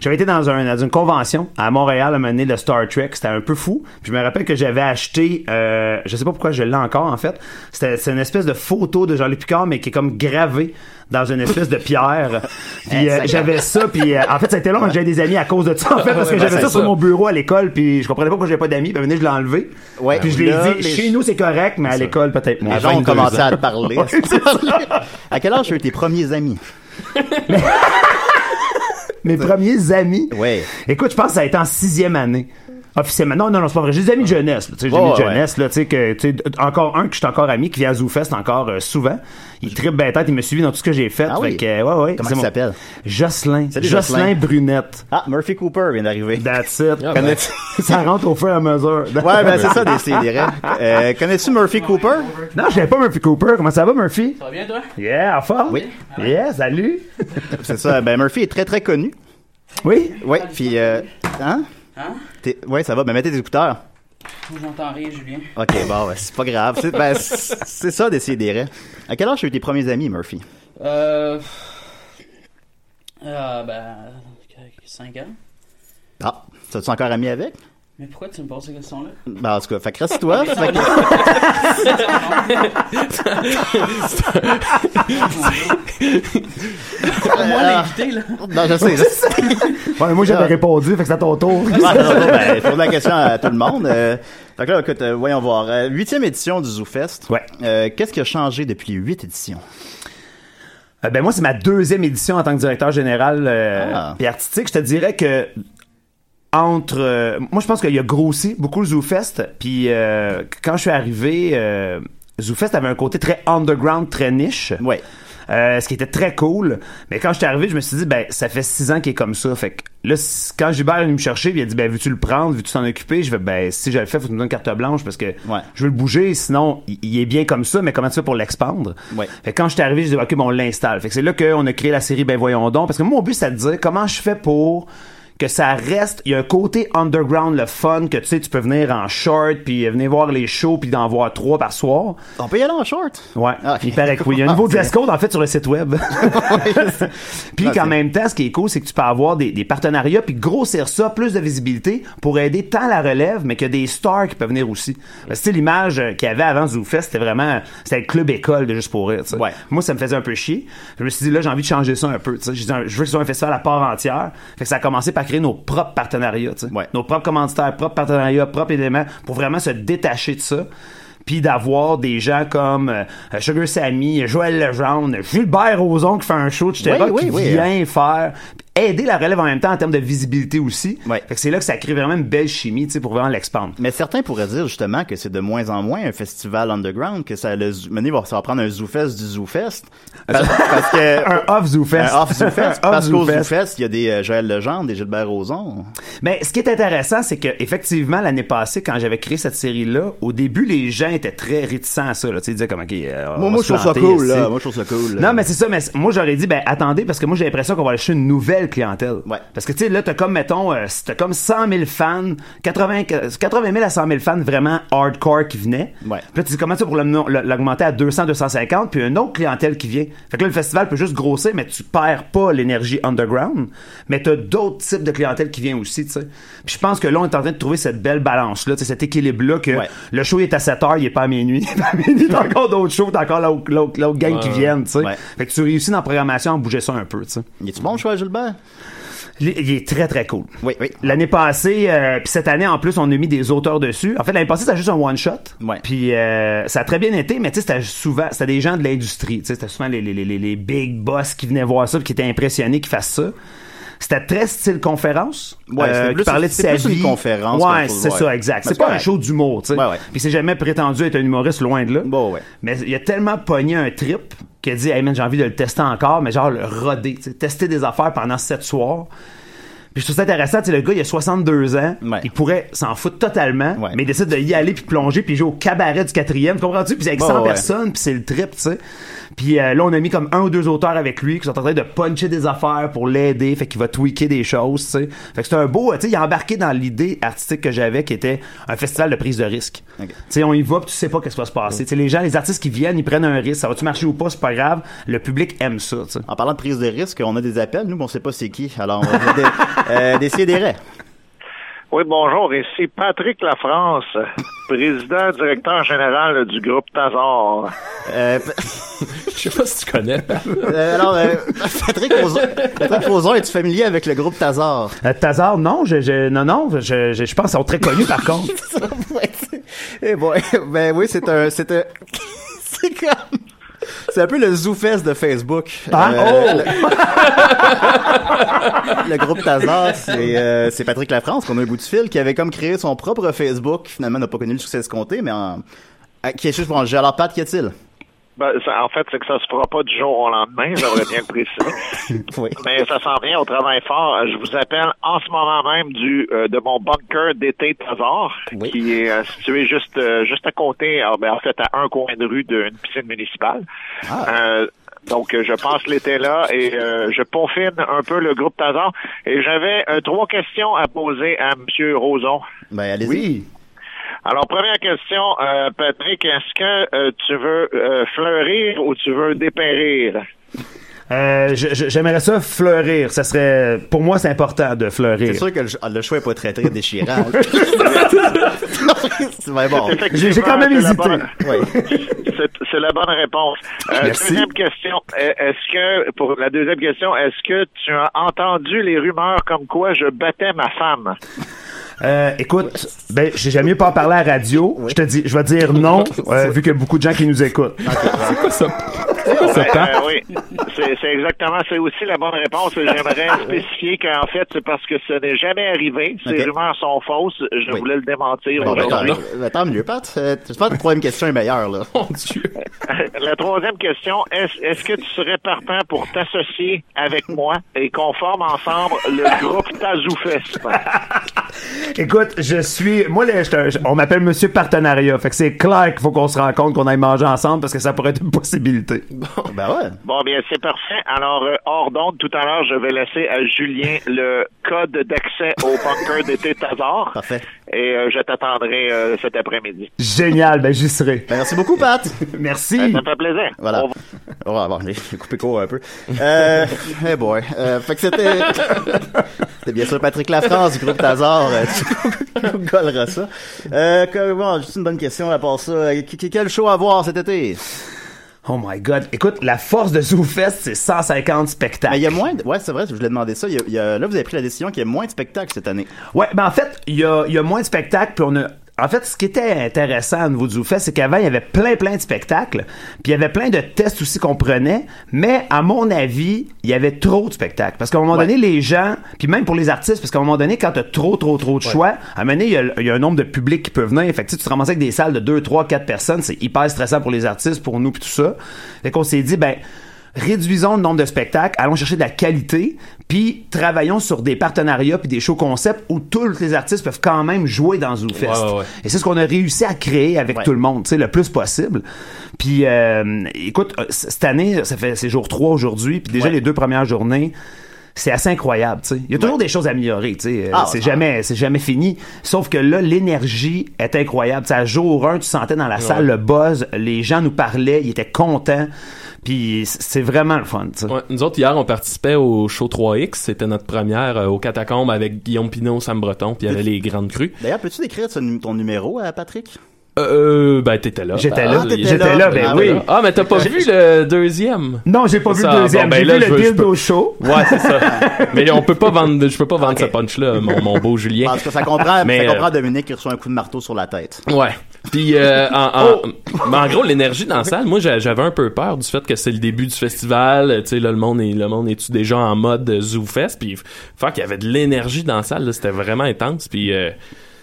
j'avais été dans, un, dans une convention à Montréal à un moment donné de Star Trek. C'était un peu fou. Puis je me rappelle que j'avais acheté, euh, je sais pas pourquoi je l'ai encore en fait. C'était c'est une espèce de photo de Jean-Luc Picard mais qui est comme gravée dans une espèce de pierre. Puis euh, j'avais ça. Puis euh, en fait, ça a été long. J'avais des amis à cause de ça en fait parce que ouais, j'avais ben, ça c'est sur ça. mon bureau à l'école. Puis je comprenais pas pourquoi j'avais pas d'amis. Puis à un moment donné, je l'ai enlevé. Ouais. puis je Là, l'ai dit. les- Chez nous, c'est correct, mais à l'école, peut-être moins. Les gens ont 22 commencé ans. à te parler. à quel âge tu as eu tes premiers amis? Mes premiers amis. Ouais. Écoute, je pense que ça a été en sixième année. officiellement. Non, non, non, c'est pas vrai. J'ai des amis de jeunesse, là, tu sais, j'ai des Ouais, amis de ouais. jeunesse, là, tu sais, que, tu sais, d- encore un que je suis encore ami, qui vient à ZooFest encore euh, souvent. Il tripe bien tête, il me suivi dans tout ce que j'ai fait. Ah fait oui? que, ouais, ouais. Comment c'est il mon- s'appelle? Jocelyn. Salut, Jocelyn Jocelyn. Brunette. Ah, Murphy Cooper vient d'arriver. That's it. Ah, Connais- ça rentre au fur et à mesure. Ouais, ben c'est ça, des CDR. Euh, connais-tu Murphy Cooper? Non, je l'avais pas Murphy Cooper. Comment ça va, Murphy? Ça va bien, toi? Yeah, en forme? Oui. Yeah, salut. C'est ça. Ben Murphy est très très connu. Oui? Ouais, puis euh, hein? Hein? T'es- Ouais, ça va. Ben mettez tes écouteurs. Moi, j'entends rire, Julien. Ok, bon, ben, c'est pas grave. C'est, ben, c'est c'est ça, des CDR. À quel âge as eu tes premiers amis, Murphy? Euh. Ah, ben. 5 ans. Ah, t'as tu encore ami avec? Mais pourquoi tu me poses ces questions-là? Ben en tout cas, fait que reste-toi. fait que- Moi, l'invité, là. Non, je sais. je sais. Ouais, mais moi, j'avais Ah. répondu, fait que c'est à ton tour. Ouais, non, non, ben, je pose la question à tout le monde. Euh, fait que là, écoute, euh, voyons voir. Euh, Huitième édition du ZooFest. Ouais. Euh, qu'est-ce qui a changé depuis huit éditions? Euh, ben moi, c'est ma deuxième édition en tant que directeur général euh, Ah. puis artistique. Je te dirais que entre euh, moi je pense qu'il a grossi beaucoup le ZooFest puis euh, quand je suis arrivé euh, ZooFest avait un côté très underground très niche Ouais. Euh, ce qui était très cool. Mais quand je suis arrivé, je me suis dit, ben, ça fait six ans qu'il est comme ça. Fait que là, c- quand Gilbert est venu me chercher, puis il a dit, ben, veux-tu le prendre? Veux-tu t'en occuper? Je vais, ben, si je le fais, faut que tu me donnes une carte blanche parce que Ouais. je veux le bouger. Sinon, il, il est bien comme ça, mais comment tu fais pour l'expandre? Ouais. Fait que quand je suis arrivé, je dit, ok, bon, on l'installe. Fait que c'est là qu'on a créé la série Ben, voyons donc. Parce que moi, mon but, c'est de dire, comment je fais pour que ça reste, il y a un côté underground, le fun, que tu sais, tu peux venir en short, puis euh, venir voir les shows, puis d'en voir trois par soir. On peut y aller en short. Ouais, Ah. il paraît que oui. Il y a un nouveau dress code, en fait, sur le site web. puis Ah, qu'en c'est- même temps, ce qui est cool, c'est que tu peux avoir des, des partenariats, puis grossir ça, plus de visibilité pour aider tant la relève, mais qu'il y a des stars qui peuvent venir aussi. Parce que, tu sais, l'image euh, qu'il y avait avant Zoufest, c'était vraiment, c'était le club-école de Juste pour Rire, tu sais. Ouais. Moi, ça me faisait un peu chier. Je me suis dit, là, j'ai envie de changer ça un peu, tu sais. J'ai dit, Je veux que ce soit un festival à part entière. Fait que ça a commencé par créer nos propres partenariats, tu sais. Ouais. Nos propres commanditaires, propres partenariats, propres éléments, pour vraiment se détacher de ça puis d'avoir des gens comme euh, Sugar Sammy, Joël Legendre, Gilbert Rozon qui fait un show de Chetera Oui, oui, qui oui. vient faire aider la relève en même temps en termes de visibilité aussi. Ouais. Fait que c'est là que ça crée vraiment une belle chimie, tu sais, pour vraiment l'expandre. Mais certains pourraient dire justement que c'est de moins en moins un festival underground, que ça, le, zoo- maintenant, il va- ça va prendre un ZooFest du ZooFest. Parce, parce que. Ah, Un off ZooFest. Un off ZooFest. Un off parce qu'au ZooFest. ZooFest, il y a des euh, Joël Legendre, des Gilbert Rozon. Mais ce qui est intéressant, c'est que effectivement l'année passée, quand j'avais créé cette série-là, au début, les gens étaient très réticents à ça. Là. Tu sais, Ils disaient comme, OK, euh, on va se planter, ici. Moi, je trouve ça cool. Non, mais c'est ça, mais c- moi j'aurais dit, ben attendez, parce que moi j'ai l'impression qu'on va aller chercher une nouvelle clientèle. Ouais. Parce que tu sais, là, t'as comme, mettons, euh, t'as comme 100 000 fans, 80, 80 000 à 100 000 fans vraiment hardcore qui venaient. Ouais. Puis là, tu dis, comment ça pour l'augmenter le- l'augmenter à 200, 250, puis une autre clientèle qui vient. Fait que là, le festival peut juste grossir, mais tu perds pas l'énergie underground, mais t'as d'autres types de clientèle qui vient aussi, tu sais. Puis je pense que là, on est en train de trouver cette belle balance-là, tu sais, cet équilibre-là que Ouais. le show il est à 7 heures, il est pas à minuit. à minuit, t'as encore d'autres shows, t'as encore l'autre- l'autre l'autre gang qui viennent, tu sais. Ouais. Fait que tu réussis dans la programmation à bouger ça un peu, tu sais. Y a-tu bon, le choix, Gilbert? Il il est très, très cool. Oui, oui. L'année passée, euh, puis cette année en plus, on a mis des auteurs dessus. En fait, l'année passée, c'était juste un one shot. Ouais. Puis euh, ça a très bien été, mais tu sais, c'était souvent, c'était des gens de l'industrie. Tu sais, c'était souvent les, les, les, les big boss qui venaient voir ça, puis qui étaient impressionnés qu'ils fassent ça. C'était très style conférence. Euh, Ouais, c'était qui plus- parlait de c'était sa plus une vie. conférence Ouais, qu'autre chose, c'est ouais. ça, exact. Mais C'est c'est pas un correct. show d'humour, tu sais. Ouais, ouais. Puis c'est jamais prétendu être un humoriste loin de là. Bon, ouais. Mais il a tellement pogné un trip qu'il a dit, hey man, j'ai envie de le tester encore, mais genre le roder, tu sais, tester des affaires pendant sept soirs. Puis je trouve ça intéressant, tu sais, le gars, il a 62 ans, Ouais. il pourrait s'en foutre totalement, Ouais. mais il décide de y aller puis plonger puis jouer au cabaret du quatrième, tu comprends-tu? Puis c'est avec Ouais, 100 ouais. personnes, puis c'est le trip, tu sais. Puis euh, là, on a mis comme un ou deux auteurs avec lui qui sont en train de puncher des affaires pour l'aider, fait qu'il va tweaker des choses, tu sais. Fait que c'est un beau, tu sais, il a embarqué dans l'idée artistique que j'avais qui était un festival de prise de risque. Ok. Tu sais, on y va, puis tu sais pas qu'est-ce qui va se passer. Tu sais, les gens, les artistes qui viennent, ils prennent un risque, ça va-tu marcher ou pas, c'est pas grave, le public aime ça, tu sais. En parlant de prise de risque, on a des appels. Nous, mais on sait pas c'est qui. Alors, on va des, euh, Décidérez. Oui, bonjour. Ici Patrick Lafrance, président directeur général du groupe Tazor. Euh, p- Je sais pas si tu connais. euh, alors, euh, Patrick Ozon, Patrick Ozon, es-tu familier avec le groupe Tazar? Euh, Tazar, non, je, je- non, non, je, je, je pense qu'ils sont très connus par contre. eh, Ouais, c'est- eh boy. ben oui, c'est un, c'est un, c'est comme, c'est C'est un peu le ZooFest de Facebook. Hein? Euh, le, le groupe Tazar, c'est euh, c'est Patrick Lafrance qu'on a un bout de fil qui avait comme créé son propre Facebook, qui finalement n'a pas connu le succès escompté, mais en... à- qui est juste branché. Alors Pat, qu'y a-t-il? Ben, ça- en fait, c'est que ça se fera pas du jour au lendemain, j'aimerais bien le préciser. Oui. Mais ça s'en vient, on travaille fort. Euh, Je vous appelle en ce moment même du euh, de mon bunker d'été Tazar, Oui. qui est euh, situé juste euh, juste à côté, euh, ben, en fait, à un coin de rue d'une piscine municipale. Euh, donc, euh, je passe l'été là et euh, je peaufine un peu le groupe Tazar. Et j'avais euh, trois questions à poser à Monsieur Roson. Ben allez-y. Oui. Alors, première question, euh, Patrick, est-ce que euh, tu veux euh, fleurir ou tu veux dépérir? Euh, je- je- J'aimerais ça fleurir. Ça serait, pour moi, c'est important de fleurir. C'est sûr que le, ah, le choix n'est pas très très déchirant. c'est bien bon. J'ai j'ai quand même C'est la hésité. bonne- C'est c'est la bonne réponse. Euh, Merci. Deuxième question, euh, est-ce que, pour la deuxième question, est-ce que tu as entendu les rumeurs comme quoi je battais ma femme? Euh, écoute, ben, j'ai- j'aime mieux pas en parler à la radio. Je te dis, je vais dire non, euh, vu qu'il y a beaucoup de gens qui nous écoutent. Euh, euh, oui, c'est c'est exactement, c'est aussi la bonne réponse. J'aimerais spécifier qu'en fait, c'est parce que ce n'est jamais arrivé. Ces Ok. rumeurs sont fausses. Je Oui. voulais le démentir. Bon, ben, aujourd'hui. tant, ben, tant mieux, Pat. Euh, Je pense que la troisième question est meilleure, là. Mon Dieu. La troisième question, est-ce est-ce que tu serais partant pour t'associer avec moi et qu'on forme ensemble le groupe Tazoufest? Écoute, je suis. Moi, là, je te- je- on m'appelle Monsieur Partenariat. Fait que c'est clair qu'il faut qu'on se rencontre, qu'on aille manger ensemble parce que ça pourrait être une possibilité. Ben ouais. Bon, bien, c'est parfait. Alors, euh, hors d'onde, tout à l'heure, je vais laisser à Julien le code d'accès au bunker d'été Tazar. Parfait. Et euh, je t'attendrai euh, cet après-midi. Génial, ben j'y serai. Ben, merci beaucoup, Pat. Merci. Ben, Ça me fait plaisir. Voilà. Au On va avoir, j'ai coupé court un peu. Euh, hey boy. Euh, fait que c'était, c'était bien sûr Patrick Lafrance du groupe Tazar. euh, Tu golleras ça. Euh, que- bon, juste une bonne question à part ça. Euh, qui- qui- Quel show à voir cet été? Oh my god. Écoute, la force de ZooFest, c'est 150 spectacles. Mais il y a moins de- ouais, c'est vrai, je voulais demander ça. Il y a- il y a- là, vous avez pris la décision qu'il y a moins de spectacles cette année. Ouais, ben en fait, il y a, il y a moins de spectacles, puis on a. En fait, ce qui était intéressant au niveau du ZooFest, c'est qu'avant, il y avait plein, plein de spectacles, puis il y avait plein de tests aussi qu'on prenait, mais à mon avis, il y avait trop de spectacles. Parce qu'à un moment donné, les gens, puis même pour les artistes, parce qu'à un moment donné, quand t'as trop, trop, trop de choix, à un moment donné, il y a, il y a un nombre de publics qui peut venir. Fait que tu sais, tu te ramasses avec des salles de 2, 3, 4 personnes, c'est hyper stressant pour les artistes, pour nous, puis tout ça. Fait qu'on s'est dit, ben, réduisons le nombre de spectacles, allons chercher de la qualité, puis travaillons sur des partenariats puis des shows concepts où tous les artistes peuvent quand même jouer dans ZooFest. Ouais, ouais, ouais. Et c'est ce qu'on a réussi à créer avec Ouais. tout le monde, tu sais, le plus possible. Puis, euh, écoute, euh, c- cette année, ça fait c'est jour 3 aujourd'hui, puis déjà Ouais. les deux premières journées. C'est assez incroyable, tu sais. Il y a toujours des choses à améliorer, tu sais. Euh, Ah, c'est ah. jamais, c'est jamais fini. Sauf que là, l'énergie est incroyable. Tu sais, à jour 1, tu sentais dans la salle le buzz, les gens nous parlaient, ils étaient contents. Puis c- c'est vraiment le fun, tu sais. Ouais, nous autres, hier, on participait au show 3X. C'était notre première euh, au Catacombe avec Guillaume Pinot, Sam Breton, puis il y avait les grandes crues. D'ailleurs, peux-tu décrire ce nu- ton numéro à Patrick? Euh, euh, ben, t'étais là. J'étais Ben, là, ah, j'étais là, ben Ah, Ah, oui. voilà. Ah, mais t'as pas vu le deuxième? Non, j'ai pas vu Ça, le deuxième. bon, ben j'ai là, vu je le veux- je dildo peux- show. Ouais, c'est ça. mais on peut pas vendre, je peux pas vendre ce punch-là, mon, mon beau Julien. Parce que ça comprend, Mais, ça comprend euh, Dominique qui reçoit un coup de marteau sur la tête. Ouais. Puis euh, en, en, Oh. mais en gros l'énergie dans la salle, moi j'a- j'avais un peu peur du fait que c'est le début du festival, euh, tu sais là le monde est le monde est déjà en mode euh, zoofest puis f- faire qu'il y avait de l'énergie dans la salle, là, c'était vraiment intense puis euh,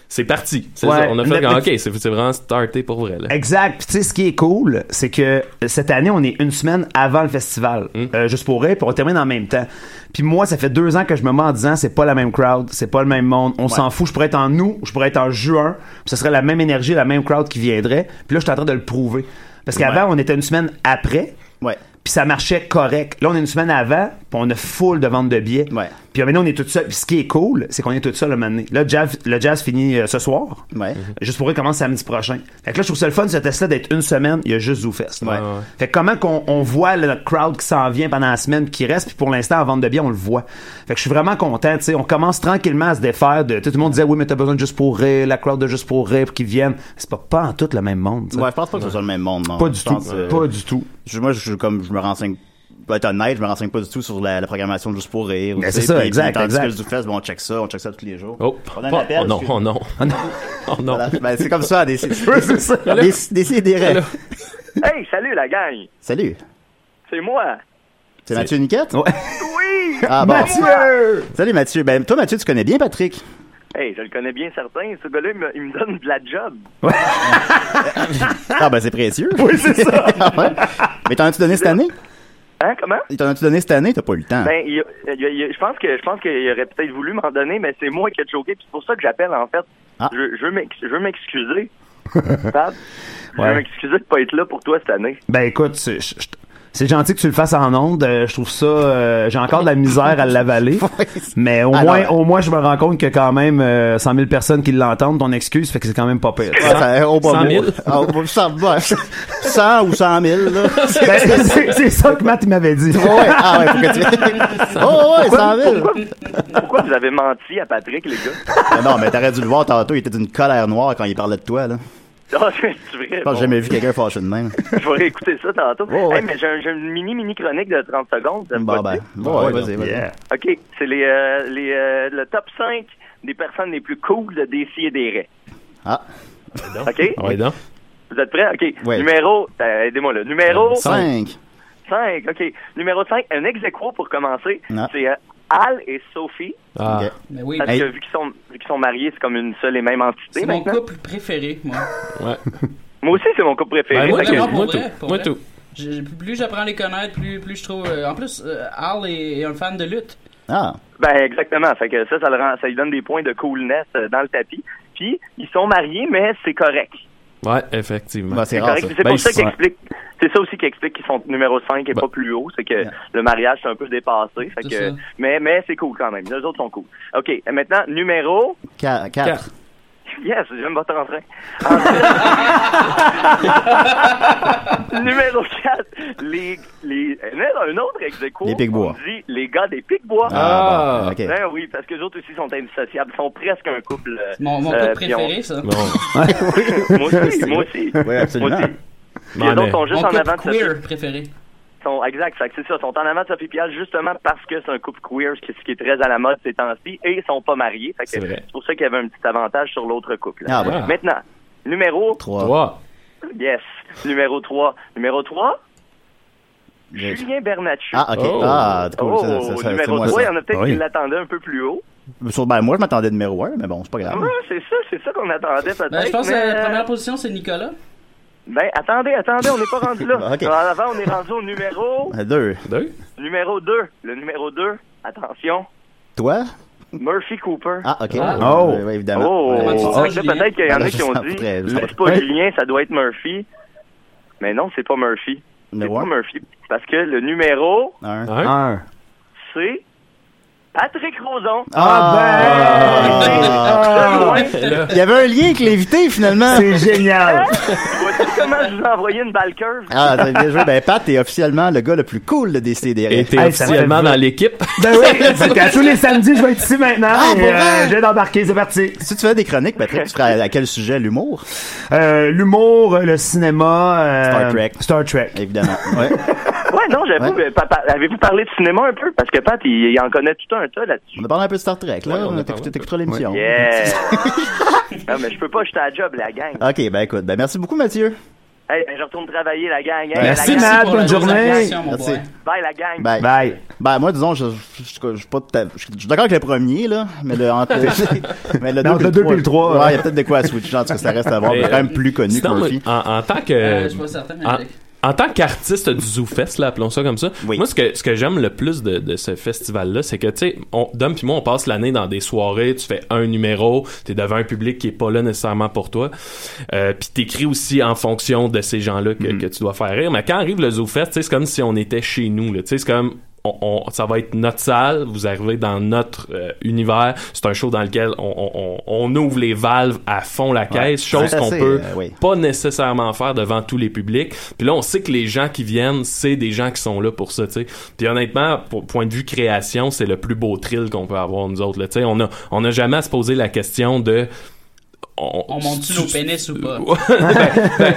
c'est parti. C'est Ouais. ça, on a Mais- fait comme, mais- OK, c'est c'est vraiment starté pour vrai là. Exact. Puis tu sais, ce qui est cool, c'est que cette année, on est une semaine avant le festival, Mm. Euh, juste pour rire, puis on termine en même temps. Puis moi, ça fait deux ans que je me mets en disant, c'est pas la même crowd, c'est pas le même monde, on s'en fout. Je pourrais être en août, je pourrais être en juin, puis ce serait la même énergie, la même crowd qui viendrait. Puis là, je suis en train de le prouver. Parce qu'avant, on était une semaine après. Ouais. Puis ça marchait correct. Là, on est une semaine avant, puis on a full de vente de billets. Ouais. Puis maintenant, on est tout seul. Puis ce qui est cool, c'est qu'on est tout seul le moment donné. Là, jazz, le jazz finit euh, ce soir. Ouais. Juste pour eux, commence samedi prochain. Fait que là, je trouve ça le fun, ce test-là, d'être une semaine, il y a juste ZooFest. Ouais. Fait que comment qu'on on voit le crowd qui s'en vient pendant la semaine, puis qui reste, puis pour l'instant, en vente de billets, on le voit. Fait que je suis vraiment content, tu sais. On commence tranquillement à se défaire de. tu sais, Tout le monde disait, oui, mais t'as besoin de juste pour rire, la crowd de juste pour rire, pour qu'ils viennent. C'est pas, pas en tout le même monde, tu sais. Ouais, je pense pas que ce soit le même monde, non. Pas du Je pense, tout. euh, Pas du tout. Je- moi, je, comme je me renseigne, pour être honnête, je me renseigne pas du tout sur la, la programmation de Juste pour rire. Ben, tu sais, c'est ça, puis- exact, puis tandis exact. que le ZooFest, bon, on check ça, on check ça tous les jours. Oh, On a un pas- appel, oh non, excuse- oh non. Ah non. Oh non. Voilà. Ben, c'est comme ça, des, c'est ça. des, des, des rêves. Allô? Hey, salut la gang! Salut. C'est moi. C'est Mathieu Niquette? Ouais. Oui! Ah bon. Mathieu! Salut Mathieu. Ben toi Mathieu, tu connais bien Patrick. Hey, je le connais bien certain. Ce gars-là, il me, il me donne de la job. Ah ben c'est précieux. Oui, c'est ça. Mais t'en as-tu donné cette année? Hein, comment? T'en as-tu donné cette année? T'as pas eu le temps. Ben, il- il- il- je pense que je pense qu'il aurait peut-être voulu m'en donner, mais c'est moi qui ai choqué. puis C'est pour ça que j'appelle en fait. Ah. Je, je veux m'ex- je veux m'excuser. Fab, je Ouais. veux m'excuser de pas être là pour toi cette année. Ben écoute, c'est- je- je- c'est gentil que tu le fasses en ondes. Euh, Je trouve ça. euh, J'ai encore de la misère à l'avaler. mais au Ah, moins, non. au moins, je me rends compte que quand même euh, 100 000 personnes qui l'entendent, ton excuse, fait que c'est quand même pas pire. Ah, ça- au bas- 100 000? Ah, au bas- 100 ouais, 100 ou 100 000, là. Ben, c'est c'est ça que Matt il m'avait dit. Ouais, ouais, ah ouais, faut que tu... Oh ouais, 100 000! Pourquoi vous avez menti à Patrick, les gars? Ah non, mais t'aurais dû le voir tantôt, il était d'une colère noire quand il parlait de toi, là. Ah, c'est vrai. Je pense que bon. j'ai jamais vu quelqu'un fâché de même. Je vais écouter ça tantôt. Ouais, ouais. Hey, mais j'ai un- j'ai une mini mini chronique de 30 secondes. ça me Bon, va ben, dire? bon, ouais, vas-y, vas-y. Yeah. OK, c'est les, euh, les, euh, le top 5 des personnes les plus cool de DC et des raies. Ah. OK? Ah, Ouais, donc. Vous êtes prêts? OK. Ouais. Numéro, euh, aidez-moi là. Numéro Cinq. 5. OK. Numéro 5, un ex aequo pour commencer. Ah. C'est euh, Al et Sophie. Ah. Ok. Mais oui, Parce Hey. que vu qu'ils sont, vu qu'ils sont mariés, c'est comme une seule et même entité c'est mon maintenant. couple préféré, moi. Ouais. Moi aussi, c'est mon couple Ben, préféré. moi, Fait que- vraiment, pour tout, moi, vrai, tout. pour Moi, vrai. tout. J'ai- plus j'apprends à les connaître, plus, plus je trouve. euh, en plus, euh, Al est, est un fan de lutte. Ah. Ben exactement. Fait que ça, ça le rend, ça lui donne des points de coolness euh, dans le tapis. Puis ils sont mariés, mais c'est correct. Ouais, effectivement. Bah, c'est C'est rare, correct. ça. Puis C'est Ben, pour ça ils sont- qu'explique. C'est ça aussi qui explique qu'ils sont numéro 5 et Ben. pas plus haut, c'est que Yeah. le mariage c'est un peu dépassé. Fait C'est que, ça. mais mais c'est cool quand même. Les autres sont cool. Ok. et Maintenant numéro. Qua- Quatre. Yes, j'aime votre entrain. Ensuite- numéro 4, les, les, un autre ex Les Picbois. On dit les gars des Picbois. Ah, Ah. bon, ok. Ben oui, parce que les autres aussi sont indissociables. Ils sont presque un couple. euh, Mon, mon euh, couple puis on- préféré, ça. Bon. Moi aussi, moi aussi. Oui, absolument. Moi aussi. Puis Ouais, les mais- autres sont juste Mon en avant couple de Sophie. queer préféré. Sont, exact, fait que c'est ça. sont en avant de Sophie Pial justement parce que c'est un couple queer, ce qui, ce qui est très à la mode ces temps-ci, et ils sont pas mariés. Fait que C'est vrai. c'est pour ça qu'il y avait un petit avantage sur l'autre couple. Ah, ouais. Ah. Maintenant, numéro... Trois. Toi. Yes, numéro 3. Numéro 3, Yes. Julien Bernatchez. Ah, ok. Oh. Ah, cool. Oh, ça, ça, ça, c'est numéro moi, 3, il y ça. Ah en a peut-être Oui. qui l'attendaient un peu plus haut. Sur- ben, moi, je m'attendais numéro un, mais bon, c'est pas grave. Ouais, Ah, c'est ça, c'est ça qu'on attendait peut-être. Ben, je pense que mais- euh, la première position, c'est Nicolas. Ben, attendez, attendez, on n'est pas rendu là. Ok. Avant, on est rendu au numéro... Euh, Deux. Deux. Numéro 2, le numéro 2, attention, Toi? Murphy Cooper. Ah, ok. Ah. Ouais, Oh. ouais, évidemment. Euh, Oh, Ouais. Comment tu Fait sens, que là, Ah, Julien? peut-être qu'il y en a Ben, qui ont je sens dit, très- je c'est sens- pas Ouais. Julien, ça doit être Murphy. Mais non, c'est pas Murphy. C'est Numéro pas un. Murphy. Parce que le numéro, Un. Un. Un. c'est Patrick Roson. Ah. ben! Ah, De loin. ben! Il y avait un lien avec l'évité, finalement. C'est génial! Hein? Vois-tu comment je vous ai envoyé une balle curve? Ah, t'as bien joué. Ben, Pat, t'es officiellement le gars le plus cool de DCDR. Et t'es Hey, ça fait officiellement vingt. dans l'équipe. ben oui, c'était à tous les samedis, je vais être ici maintenant. Ah, et, euh, pour vrai? je viens d'embarquer, c'est parti. Si tu fais des chroniques, Patrick, tu ferais à quel sujet? L'humour? Euh, L'humour, euh, le cinéma. euh, Star Trek. Star Trek. Évidemment. Ouais. Ouais, non, j'avoue, Ouais. mais pa- pa- avez-vous parlé de cinéma un peu? Parce que Pat, il, il en connaît tout un tas là-dessus. On a parlé un peu de Star Trek, Ouais, là. on a T'écoutes- parlé. T'écouteras l'émission. Yeah! non, mais je peux pas, j'étais à job, la gang. Ah. Ok, ben écoute, ben merci beaucoup Mathieu. Hey, ben, je retourne travailler, la gang. Hey, Merci, la gang. Matt, pour bonne la grosse journée. implication, mon Merci. boy. Bye, la gang. Bye. Bye. Ben moi disons, je, je, je- je suis pas tout à- je suis d'accord avec le premier là, mais le entre, mais le Mais entre le deux trois- puis le trois, ouais, ouais. il y a peut-être de quoi à switcher en tout cas, ça reste à voir. Mais, Mais quand même plus connu que Sinon, moi, Murphy. en, en tant que. Euh, je suis pas certain, mais Ah. en, avec. en tant qu'artiste du ZooFest, là, appelons ça comme ça, Oui. moi, ce que, ce que j'aime le plus de, de ce festival-là, c'est que, tu sais, on- Dom puis moi, on passe l'année dans des soirées, tu fais un numéro, t'es devant un public qui est pas là nécessairement pour toi, euh, puis t'écris aussi en fonction de ces gens-là que, Mm. que tu dois faire rire. Mais quand arrive le ZooFest, tu sais, c'est comme si on était chez nous, là, tu sais, c'est comme... On, on- ça va être notre salle, vous arrivez dans notre euh, univers, c'est un show dans lequel on, on- on- on ouvre les valves à fond la caisse, chose C'est qu'on assez, peut euh, oui. pas nécessairement faire devant tous les publics. Puis là, on sait que les gens qui viennent, c'est des gens qui sont là pour ça, tu sais. Puis honnêtement, pour point de vue création, c'est le plus beau thrill qu'on peut avoir nous autres, là, tu sais. On a, on a jamais à se poser la question de On monte-tu nos pénis ou pas? Ben, ben,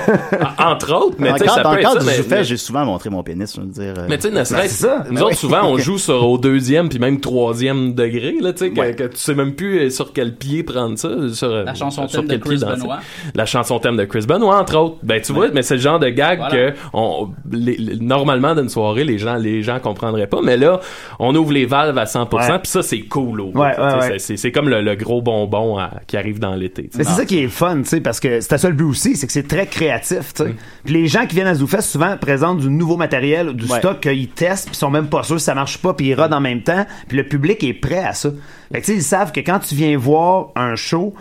entre autres, mais Dans tu le sais, ça cadre- dans peut le être cadre ça, du mais- Zoufès, mais- j'ai souvent montré mon pénis, je veux dire. euh, Mais tu sais, ne serait-ce- ça. nous Ben autres, oui. souvent, on joue sur au deuxième puis même troisième degré, là, tu sais, que- Ouais. que, tu sais même plus euh, sur quel pied prendre ça. Sur, euh, La chanson sur thème de quel pied Chris danser. Benoit. La chanson thème de Chris Benoit, entre autres. Ben, tu vois, mais c'est le genre de gag Voilà. que, on, les- les- normalement, d'une soirée, les gens, les gens comprendraient pas, mais là, on ouvre les valves à 100%, Ouais. puis ça, c'est cool, au bout, Ouais, tu sais, ouais, ouais. c'est- C'est c'est comme le, le gros bonbon à- qui arrive dans l'été, tu sais. Mais c'est ça qui est le fun, tu sais, parce que c'est à ça le but aussi, c'est que c'est très créatif, Mm. tu sais. Puis les gens qui viennent à Zoufest souvent présentent du nouveau matériel, du stock qu'ils testent, puis ils sont même pas sûrs si ça marche pas, puis ils rodent en même temps, puis le public est prêt à ça. Fait que tu sais, ils savent que quand tu viens voir un show,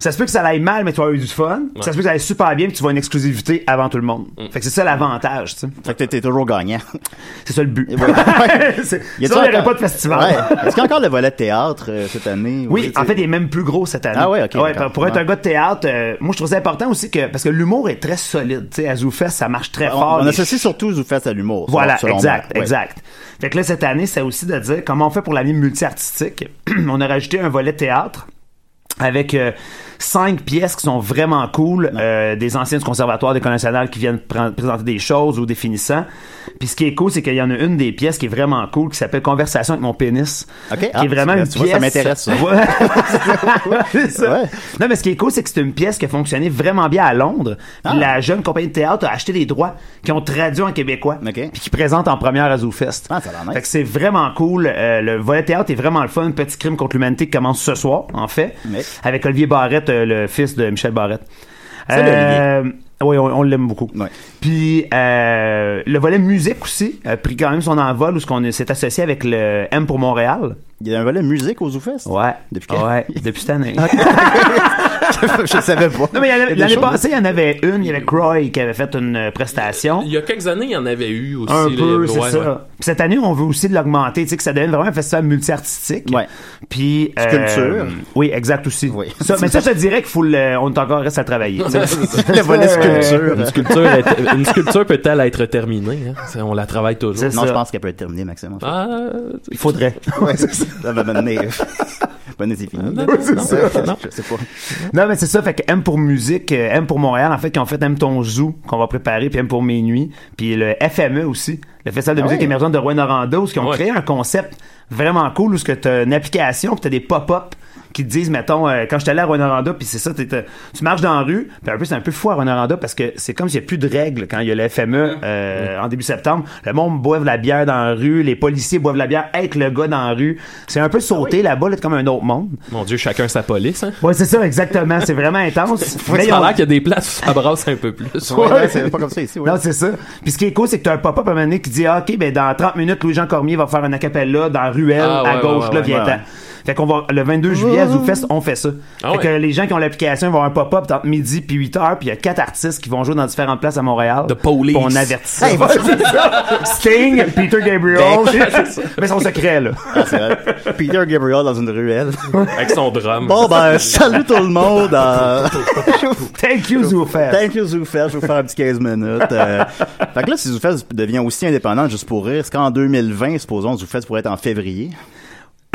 ça se peut que ça aille mal, mais tu as eu du fun. Ça se peut que ça aille super bien, puis tu vois une exclusivité avant tout le monde. Mm. Fait que c'est ça l'avantage, tu sais. Fait que t'es- t'es toujours gagnant. C'est ça le but. Et voilà. C'est- Y Sinon, a-t-il il n'y aurait encore- pas de festival. Ouais. Est-ce qu'il y a encore le volet théâtre euh, cette année? Oui, en fait, il il est même plus gros cette année. Ah ouais, ok, pour, d'accord. pour être Ouais. un gars de théâtre, euh, moi, je trouve ça important aussi que, parce que l'humour est très solide. Tu sais, à Zoufest, ça marche très on, fort. on Les- associe surtout Zoufès à l'humour. selon- Voilà, selon moi. exact, Ouais. exact. Fait que là, cette année, c'est aussi de dire comment on fait pour l'année multi-artistique. on a rajouté un volet théâtre avec euh, cinq pièces qui sont vraiment cool, euh, des anciens du conservatoire, des nationales qui viennent pr- présenter des choses ou des finissants. Puis ce qui est cool, c'est qu'il y en a une des pièces qui est vraiment cool, qui s'appelle Conversation avec mon pénis. Ok, Qui ah, est vraiment tu- une tu vois, pièce... ça m'intéresse, ça. Ouais. C'est ça. Ouais. Non, mais ce qui est cool, c'est que c'est une pièce qui a fonctionné vraiment bien à Londres. Puis Ah. La jeune compagnie de théâtre a acheté des droits qui ont traduit en québécois. Ok. Puis qui présente en première à ZooFest. Ah, ça a l'air nice. Fait que c'est vraiment cool. Euh, le volet théâtre est vraiment le fun. Petit crime contre l'humanité qui commence ce soir, en fait. Oui. Avec Olivier Barrette, euh, le fils de Michel Barrette. Euh, Salut, oui, on, on l'aime beaucoup. Ouais. Puis euh, le volet musique aussi a pris quand même son envol où ce qu'on s'est associé avec le M pour Montréal. Il y a un volet musique aux Zoufès? Ouais. Depuis quand? Ouais, depuis cette année. je savais pas. Non, mais il y en a- Il y a des l'année choses- passée, il y en avait une. Il y avait Croy qui avait fait une euh, prestation. Il y a quelques années, il y en avait eu aussi. Un là, peu, ouais, c'est ouais. ça. Puis Cette année, on veut aussi l'augmenter, tu sais, que ça devienne vraiment un festival multi-artistique. Ouais. Puis. euh, Sculpture. Oui, exact aussi. Oui. Ça, mais ça, je te dirais qu'il faut le, on est encore reste à travailler. tu sais. Le volet Euh, Une sculpture. sculpture, est- une sculpture peut-elle être terminée? hein? C'est- On la travaille toujours. C'est Non, ça. je pense qu'elle peut être terminée, Maxime. en fait. Ah, euh, Il faudrait. Ouais, c'est ça. Ça va m'amener. Bonne c'est fini. Non, c'est Ouais, ça. Non. Je sais pas. non, mais c'est ça. Fait que M pour musique, euh, M pour Montréal, en fait, qui ont fait M ton zoo, qu'on va préparer, puis M pour minuit, puis le FME aussi, le Festival de Ah musique ouais. émergente de Rouen-Noranda, où ils ont Ouais. créé un concept vraiment cool, où ce que t'as une application, puis t'as des pop-up qui te disent, mettons, euh, quand je suis allé à Rouen-Noranda, puis c'est ça, t'es, euh, tu marches dans la rue, puis un peu, c'est un peu fou à Rouen-Noranda, parce que c'est comme s'il n'y a plus de règles quand il y a le FME euh, en début septembre. Le monde boive la bière dans la rue, les policiers boivent la bière avec le gars dans la rue. C'est un peu Ah sauté là-bas, là, comme un autre monde. Mon Dieu, chacun sa police. Hein? Ouais, c'est ça, exactement. C'est vraiment intense. Mais ça ils a ont- l'air qu'il y a des places où ça brasse un peu plus. Ouais, ouais, c'est pas comme ça ici. ouais. Non, c'est ça. Puis ce qui est cool, c'est que t'as un pop-up à un moment donné qui dit ah, OK, ben dans 30 minutes, Louis-Jean Cormier va faire un acapella dans la Ruelle, Ah, ouais, à gauche, ouais, là, ouais, viens ouais. Fait qu'on va, le 22 juillet à ZooFest, on fait ça. Ah, fait que ouais. les gens qui ont l'application ils vont avoir un pop-up entre midi puis 8 heures, puis il y a quatre artistes qui vont jouer dans différentes places à Montréal. The Police. Puis on avertit ça. Hey, va- Sting, Peter Ben, Gabriel. mais ils sont secrets, là. Ah, c'est vrai. Peter Gabriel dans une ruelle. Avec son drum. Bon, ben, salut tout le monde. euh, Thank you, ZooFest. Thank you, Zoufest. Je vais vous faire un petit 15 minutes. Euh, fait que là, si Zoufest devient aussi indépendant, juste pour rire, c'est qu'en 2020, supposons, Zoufest pourrait être en février.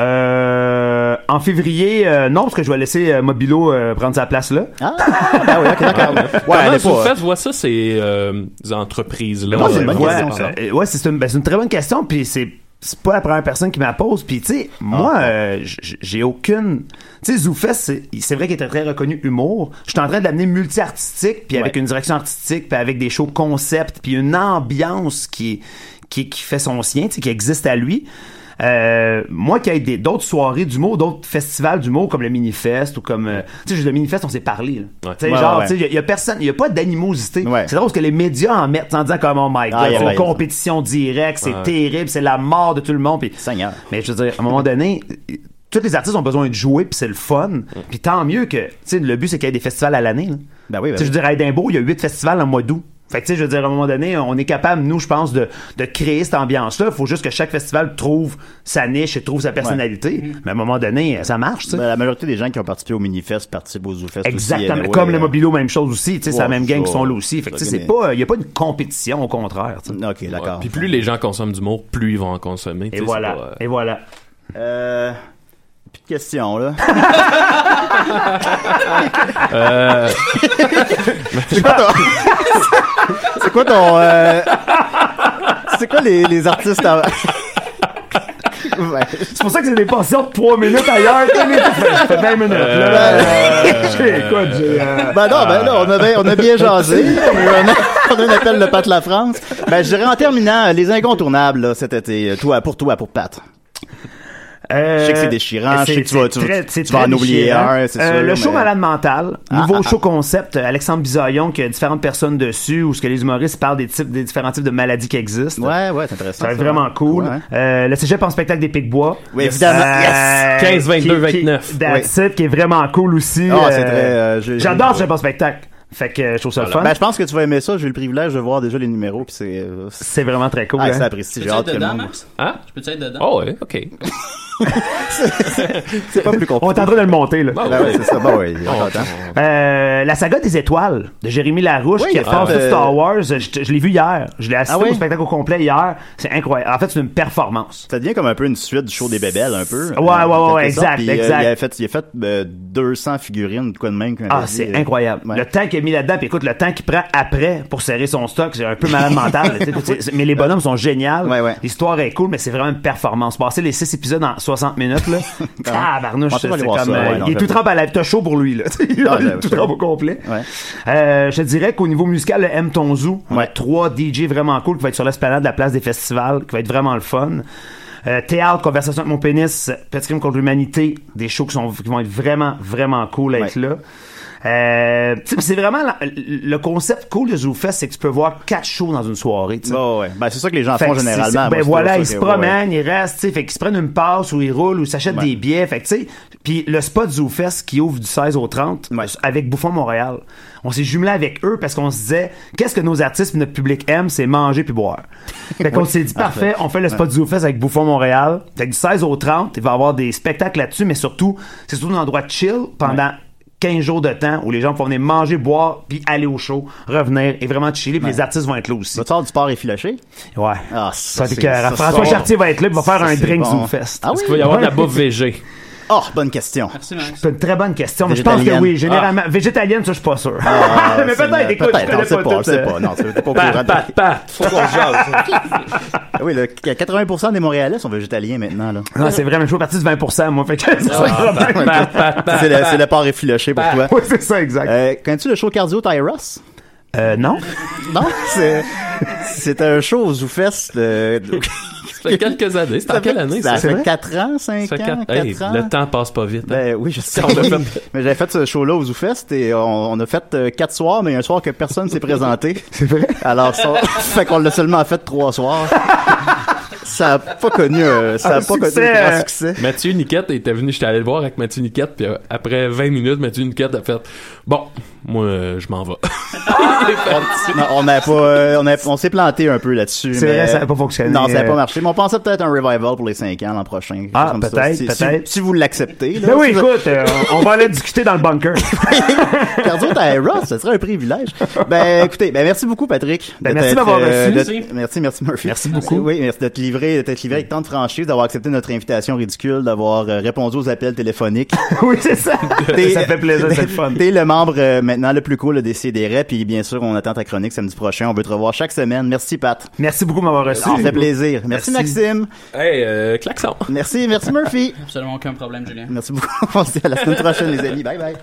Euh, en février, euh, non, parce que je vais laisser euh, Mobilo euh, prendre sa place là. Ah, ah oui, ok, d'accord. Ouais, Comment allez vous pas. hein. faites, vois ça, ces euh, entreprises-là? Non, c'est une bonne ouais, question, ça. euh, ouais, c'est une, ben, c'est une très bonne question, puis c'est c'est pas la première personne qui me la pose. Puis, tu sais, moi, Ah. euh, j- j- j'ai aucune. Tu sais, Zoufest, c'est c'est vrai qu'il était très reconnu humour. Je suis en train de l'amener multi-artistique, puis avec Ouais. une direction artistique, puis avec des shows concept, puis une ambiance qui, qui, qui fait son sien, tu sais, qui existe à lui. Euh, moi qui ai des- d'autres soirées d'humour, d'autres festivals d'humour comme le Minifest ou comme euh, tu sais juste le Minifest on s'est parlé là. Ouais. Tu sais Ouais, genre ouais, ouais. tu sais il y a- il y, a personne, il y a pas d'animosité. Ouais. C'est drôle parce que les médias en mettent en disant comme oh my god, Ah, y a c'est une raison. compétition directe, c'est terrible, c'est la mort de tout le monde puis Seigneur. mais je veux dire, à un moment donné, tous les artistes ont besoin de jouer, puis c'est le fun. Puis tant mieux que, tu sais, le but, c'est qu'il y ait des festivals à l'année. là. Ben oui, ben Tu sais, je veux dire, à Édimbourg, il y a huit festivals en mois d'août. Fait que, tu sais, je veux dire, à un moment donné, on est capable, nous, je pense, de, de créer cette ambiance-là. faut juste que chaque festival trouve sa niche et trouve sa personnalité. Mais à un moment donné, ça marche, tu sais. Ben, la majorité des gens qui ont participé au Minifest participent au Zoufest Exactement. aussi. anyway. hein. Comme le Mobilo, même chose aussi. Tu sais, c'est la Ouais, même gang qui ça, sont là aussi. Fait que, tu ça, sais, c'est mais- pas, il n'y a pas une compétition, au contraire, tu sais. Ok, d'accord. Puis plus les gens consomment d'humour, plus ils vont en consommer. tu sais, Et c'est voilà. pas, euh, Et voilà. Euh, Plus de questions, là. Euh, C'est quoi ton. C'est quoi ton. euh, C'est quoi les, les artistes avant. Ouais. C'est pour ça que c'est des passions de 3 minutes ailleurs. T'as mis- Ça fait 20 minutes. Euh, là. J'ai- écoute, j'ai. euh, Ben non, ben là, on a bien, on a bien jasé. On a, on a un appel de Pat La France. Ben, je dirais en terminant, euh, les incontournables, là, cet été. Euh, Toi, pour toi, pour Pat. Je sais que c'est déchirant, je sais que tu vas- tu- Euh, c'est très- tu c'est vas très en oublier déchirant. un, c'est Euh, sûr, Le mais- Ah, show Malade Mental, nouveau show concept, euh, Alexandre Bisaillon, qui a différentes personnes dessus, où ce que les humoristes parlent des, types, des différents types de maladies qui existent. Ouais, ouais, c'est intéressant. Ça va être vraiment cool. Ouais. Euh, le cégep en spectacle des Picbois. Oui, évidemment. Yes! 15, 22, qui- qui- 29. That's it, qui est vraiment cool aussi. Ah, Euh, c'est très, euh, j'ai- J'adore le j'ai- cégep en spectacle. Fait que euh, je trouve ça le fun. Ben, je pense que tu vas aimer ça. J'ai eu le privilège de voir déjà les numéros, puis c'est. euh, c'est- C'est vraiment très cool. Ah, hein. c'est apprécié. Peux-tu J'ai hâte être que le dedans, monde. Max? hein? Je peux-tu être dedans? Oh, ouais, ok. Ah C'est pas plus On est en compliqué. train de le monter, là. Ben ouais, c'est ça. Ben ouais, on Oh, t'entend. Euh, la saga des étoiles de Jérémy Larouche Oui, qui a il fait a en fait, dessous de euh, Star Wars. Je, je l'ai vu hier. Je l'ai assisté Ah oui? au spectacle au complet hier. C'est incroyable. En fait, c'est une performance. Ça devient comme un peu une suite du show des bébelles, un peu. Ouais, ouais, ouais, en quelque exact, sorte. Puis, euh, exact. Il a fait, il a fait euh, 200 figurines, de quoi de même. qu'on Ah, avait dit, c'est euh, incroyable. ouais. Le temps qu'il a mis là-dedans, puis écoute, le temps qu'il prend après pour serrer son stock, c'est un peu malade mental. Tu sais, c'est- c'est- mais les bonhommes sont géniaux. Ouais, ouais. L'histoire est cool, mais c'est vraiment une performance. Passer les 6 épisodes en 60 minutes, là. ah, Barnouche, On c'est peut pas aller c'est voir comme. ça, euh, ouais, non, il est tout j'avoue. trempe à la. T'as chaud pour lui, là. il Ah, est tout j'avoue. trempe au complet. Ouais. Euh, je te dirais qu'au niveau musical, le M. Tonzou, on a Ouais. trois DJ vraiment cool qui va être sur l'esplanade de la place des festivals, qui va être vraiment le fun. Euh, théâtre, Conversation avec mon pénis, Petit crime contre l'humanité, des shows qui, sont, qui vont être vraiment, vraiment cool à être Ouais. là. Euh, tu sais, c'est vraiment la- le concept cool de ZooFest, c'est que tu peux voir quatre shows dans une soirée. tu sais. Bon, ouais. Ben, c'est ça que les gens Fait font que c'est- généralement. c'est- Moi, ben c'est voilà, toujours ils ça se que- ouais, ouais. promènent, ils restent, tu sais, fait qu'ils se prennent une passe ou ils roulent ou s'achètent Ouais. des billets, fait que tu sais. Puis le spot du Zoufest qui ouvre du 16 au 30 Ouais. avec Bouffon Montréal. On s'est jumelé avec eux parce qu'on se disait qu'est-ce que nos artistes et notre public aiment, c'est manger puis boire. Fait qu'on s'est dit parfait, on fait le spot du Zoufest avec Bouffon Montréal. Fait que du 16 au 30, il va y avoir des spectacles là-dessus, mais surtout, c'est surtout un endroit chill pendant 15 jours de temps où les gens vont venir manger, boire, puis aller au show, revenir et vraiment chiller, puis les artistes vont être là aussi. Vas-tu avoir du sport effiloché? Ouais. Ah, Ça, ça, c'est c'est- écœurant. ça, François c'est- Chartier va être là, il va faire Ça, un c'est drink bon. Zoufest. Ah oui? Il va y avoir de la bouffe VG. Oh, bonne question. Merci, Max. C'est une très bonne question, mais je pense que Végétalienne. oui, généralement. Végétalienne, ça, je suis pas sûr. Ah, mais c'est- peut-être, écoute, je peut-être, on connais sait pas, pas, on tout, sait euh, pas. Non, c'est pas au courant Pat, de- pat, pat. Faut qu'on jase. Ah Oui, le- il y a 80% des Montréalais sont végétaliens maintenant, là. Non, c'est vrai, mais je suis parti de 20 moi, fait que c'est ça. Ah, ben, Pat, pat, pat. C'est le, c'est le porc effiloché pour toi. Oui, c'est ça, exact. Euh, Euh, Connais-tu le show cardio Tyros? non? Non, c'est c'est un show aux Zoufest. euh, Ça fait quelques années. C'était en quelle année, ça? fait 4 ans, 5 Ça fait ans, quatre- 4 Hey, ans. Le temps passe pas vite. hein. Ben oui, je sais. On l'a fait. mais j'avais fait ce show-là au ZooFest et on, on a fait euh, quatre soirs, mais un soir que personne s'est présenté. C'est vrai? Alors, ça, fait qu'on l'a seulement fait trois soirs. ça a pas connu, euh, ça Un a pas connu succès, un grand euh, succès. Mathieu Niquette était venu, j'étais allé le voir avec Mathieu Niquette, puis euh, après 20 minutes, Mathieu Niquette a fait Bon, moi, euh, je m'en vais. Non, on n'avait pas, euh, on, avait- on s'est planté un peu là-dessus. C'est mais- vrai, ça n'a pas fonctionné. Non, ça n'a Euh, pas marché. Mais on pensait peut-être un revival pour les cinq ans l'an prochain. quelque Ah, chose comme ça. peut-être, Si- peut-être. Si, si vous l'acceptez. là. Ben oui, Si vous- écoute, euh, on va aller discuter dans le bunker. Cardio Tyros, ce serait un privilège. Ben, écoutez, ben, merci beaucoup, Patrick. Ben, de merci t'être, d'avoir euh, reçu. de- Merci. Merci, merci, Murphy. Merci beaucoup. Oui, merci de te livrer, de t'être livré avec tant de franchise, d'avoir accepté notre invitation ridicule, d'avoir euh, répondu aux appels téléphoniques. oui, c'est ça. T'es- ça fait plaisir, c'est le fun. T'es le membre, euh, maintenant, le plus cool des CDR, puis bien sûr, on attend ta chronique samedi prochain. On veut te revoir chaque semaine. Merci, Pat. Merci beaucoup de m'avoir reçu. Ça fait plaisir. Merci. Merci, Maxime. hey, euh, klaxon! Merci, merci, Murphy. Absolument aucun problème, Julien. Merci beaucoup. On se dit à la semaine prochaine, les amis. Bye bye.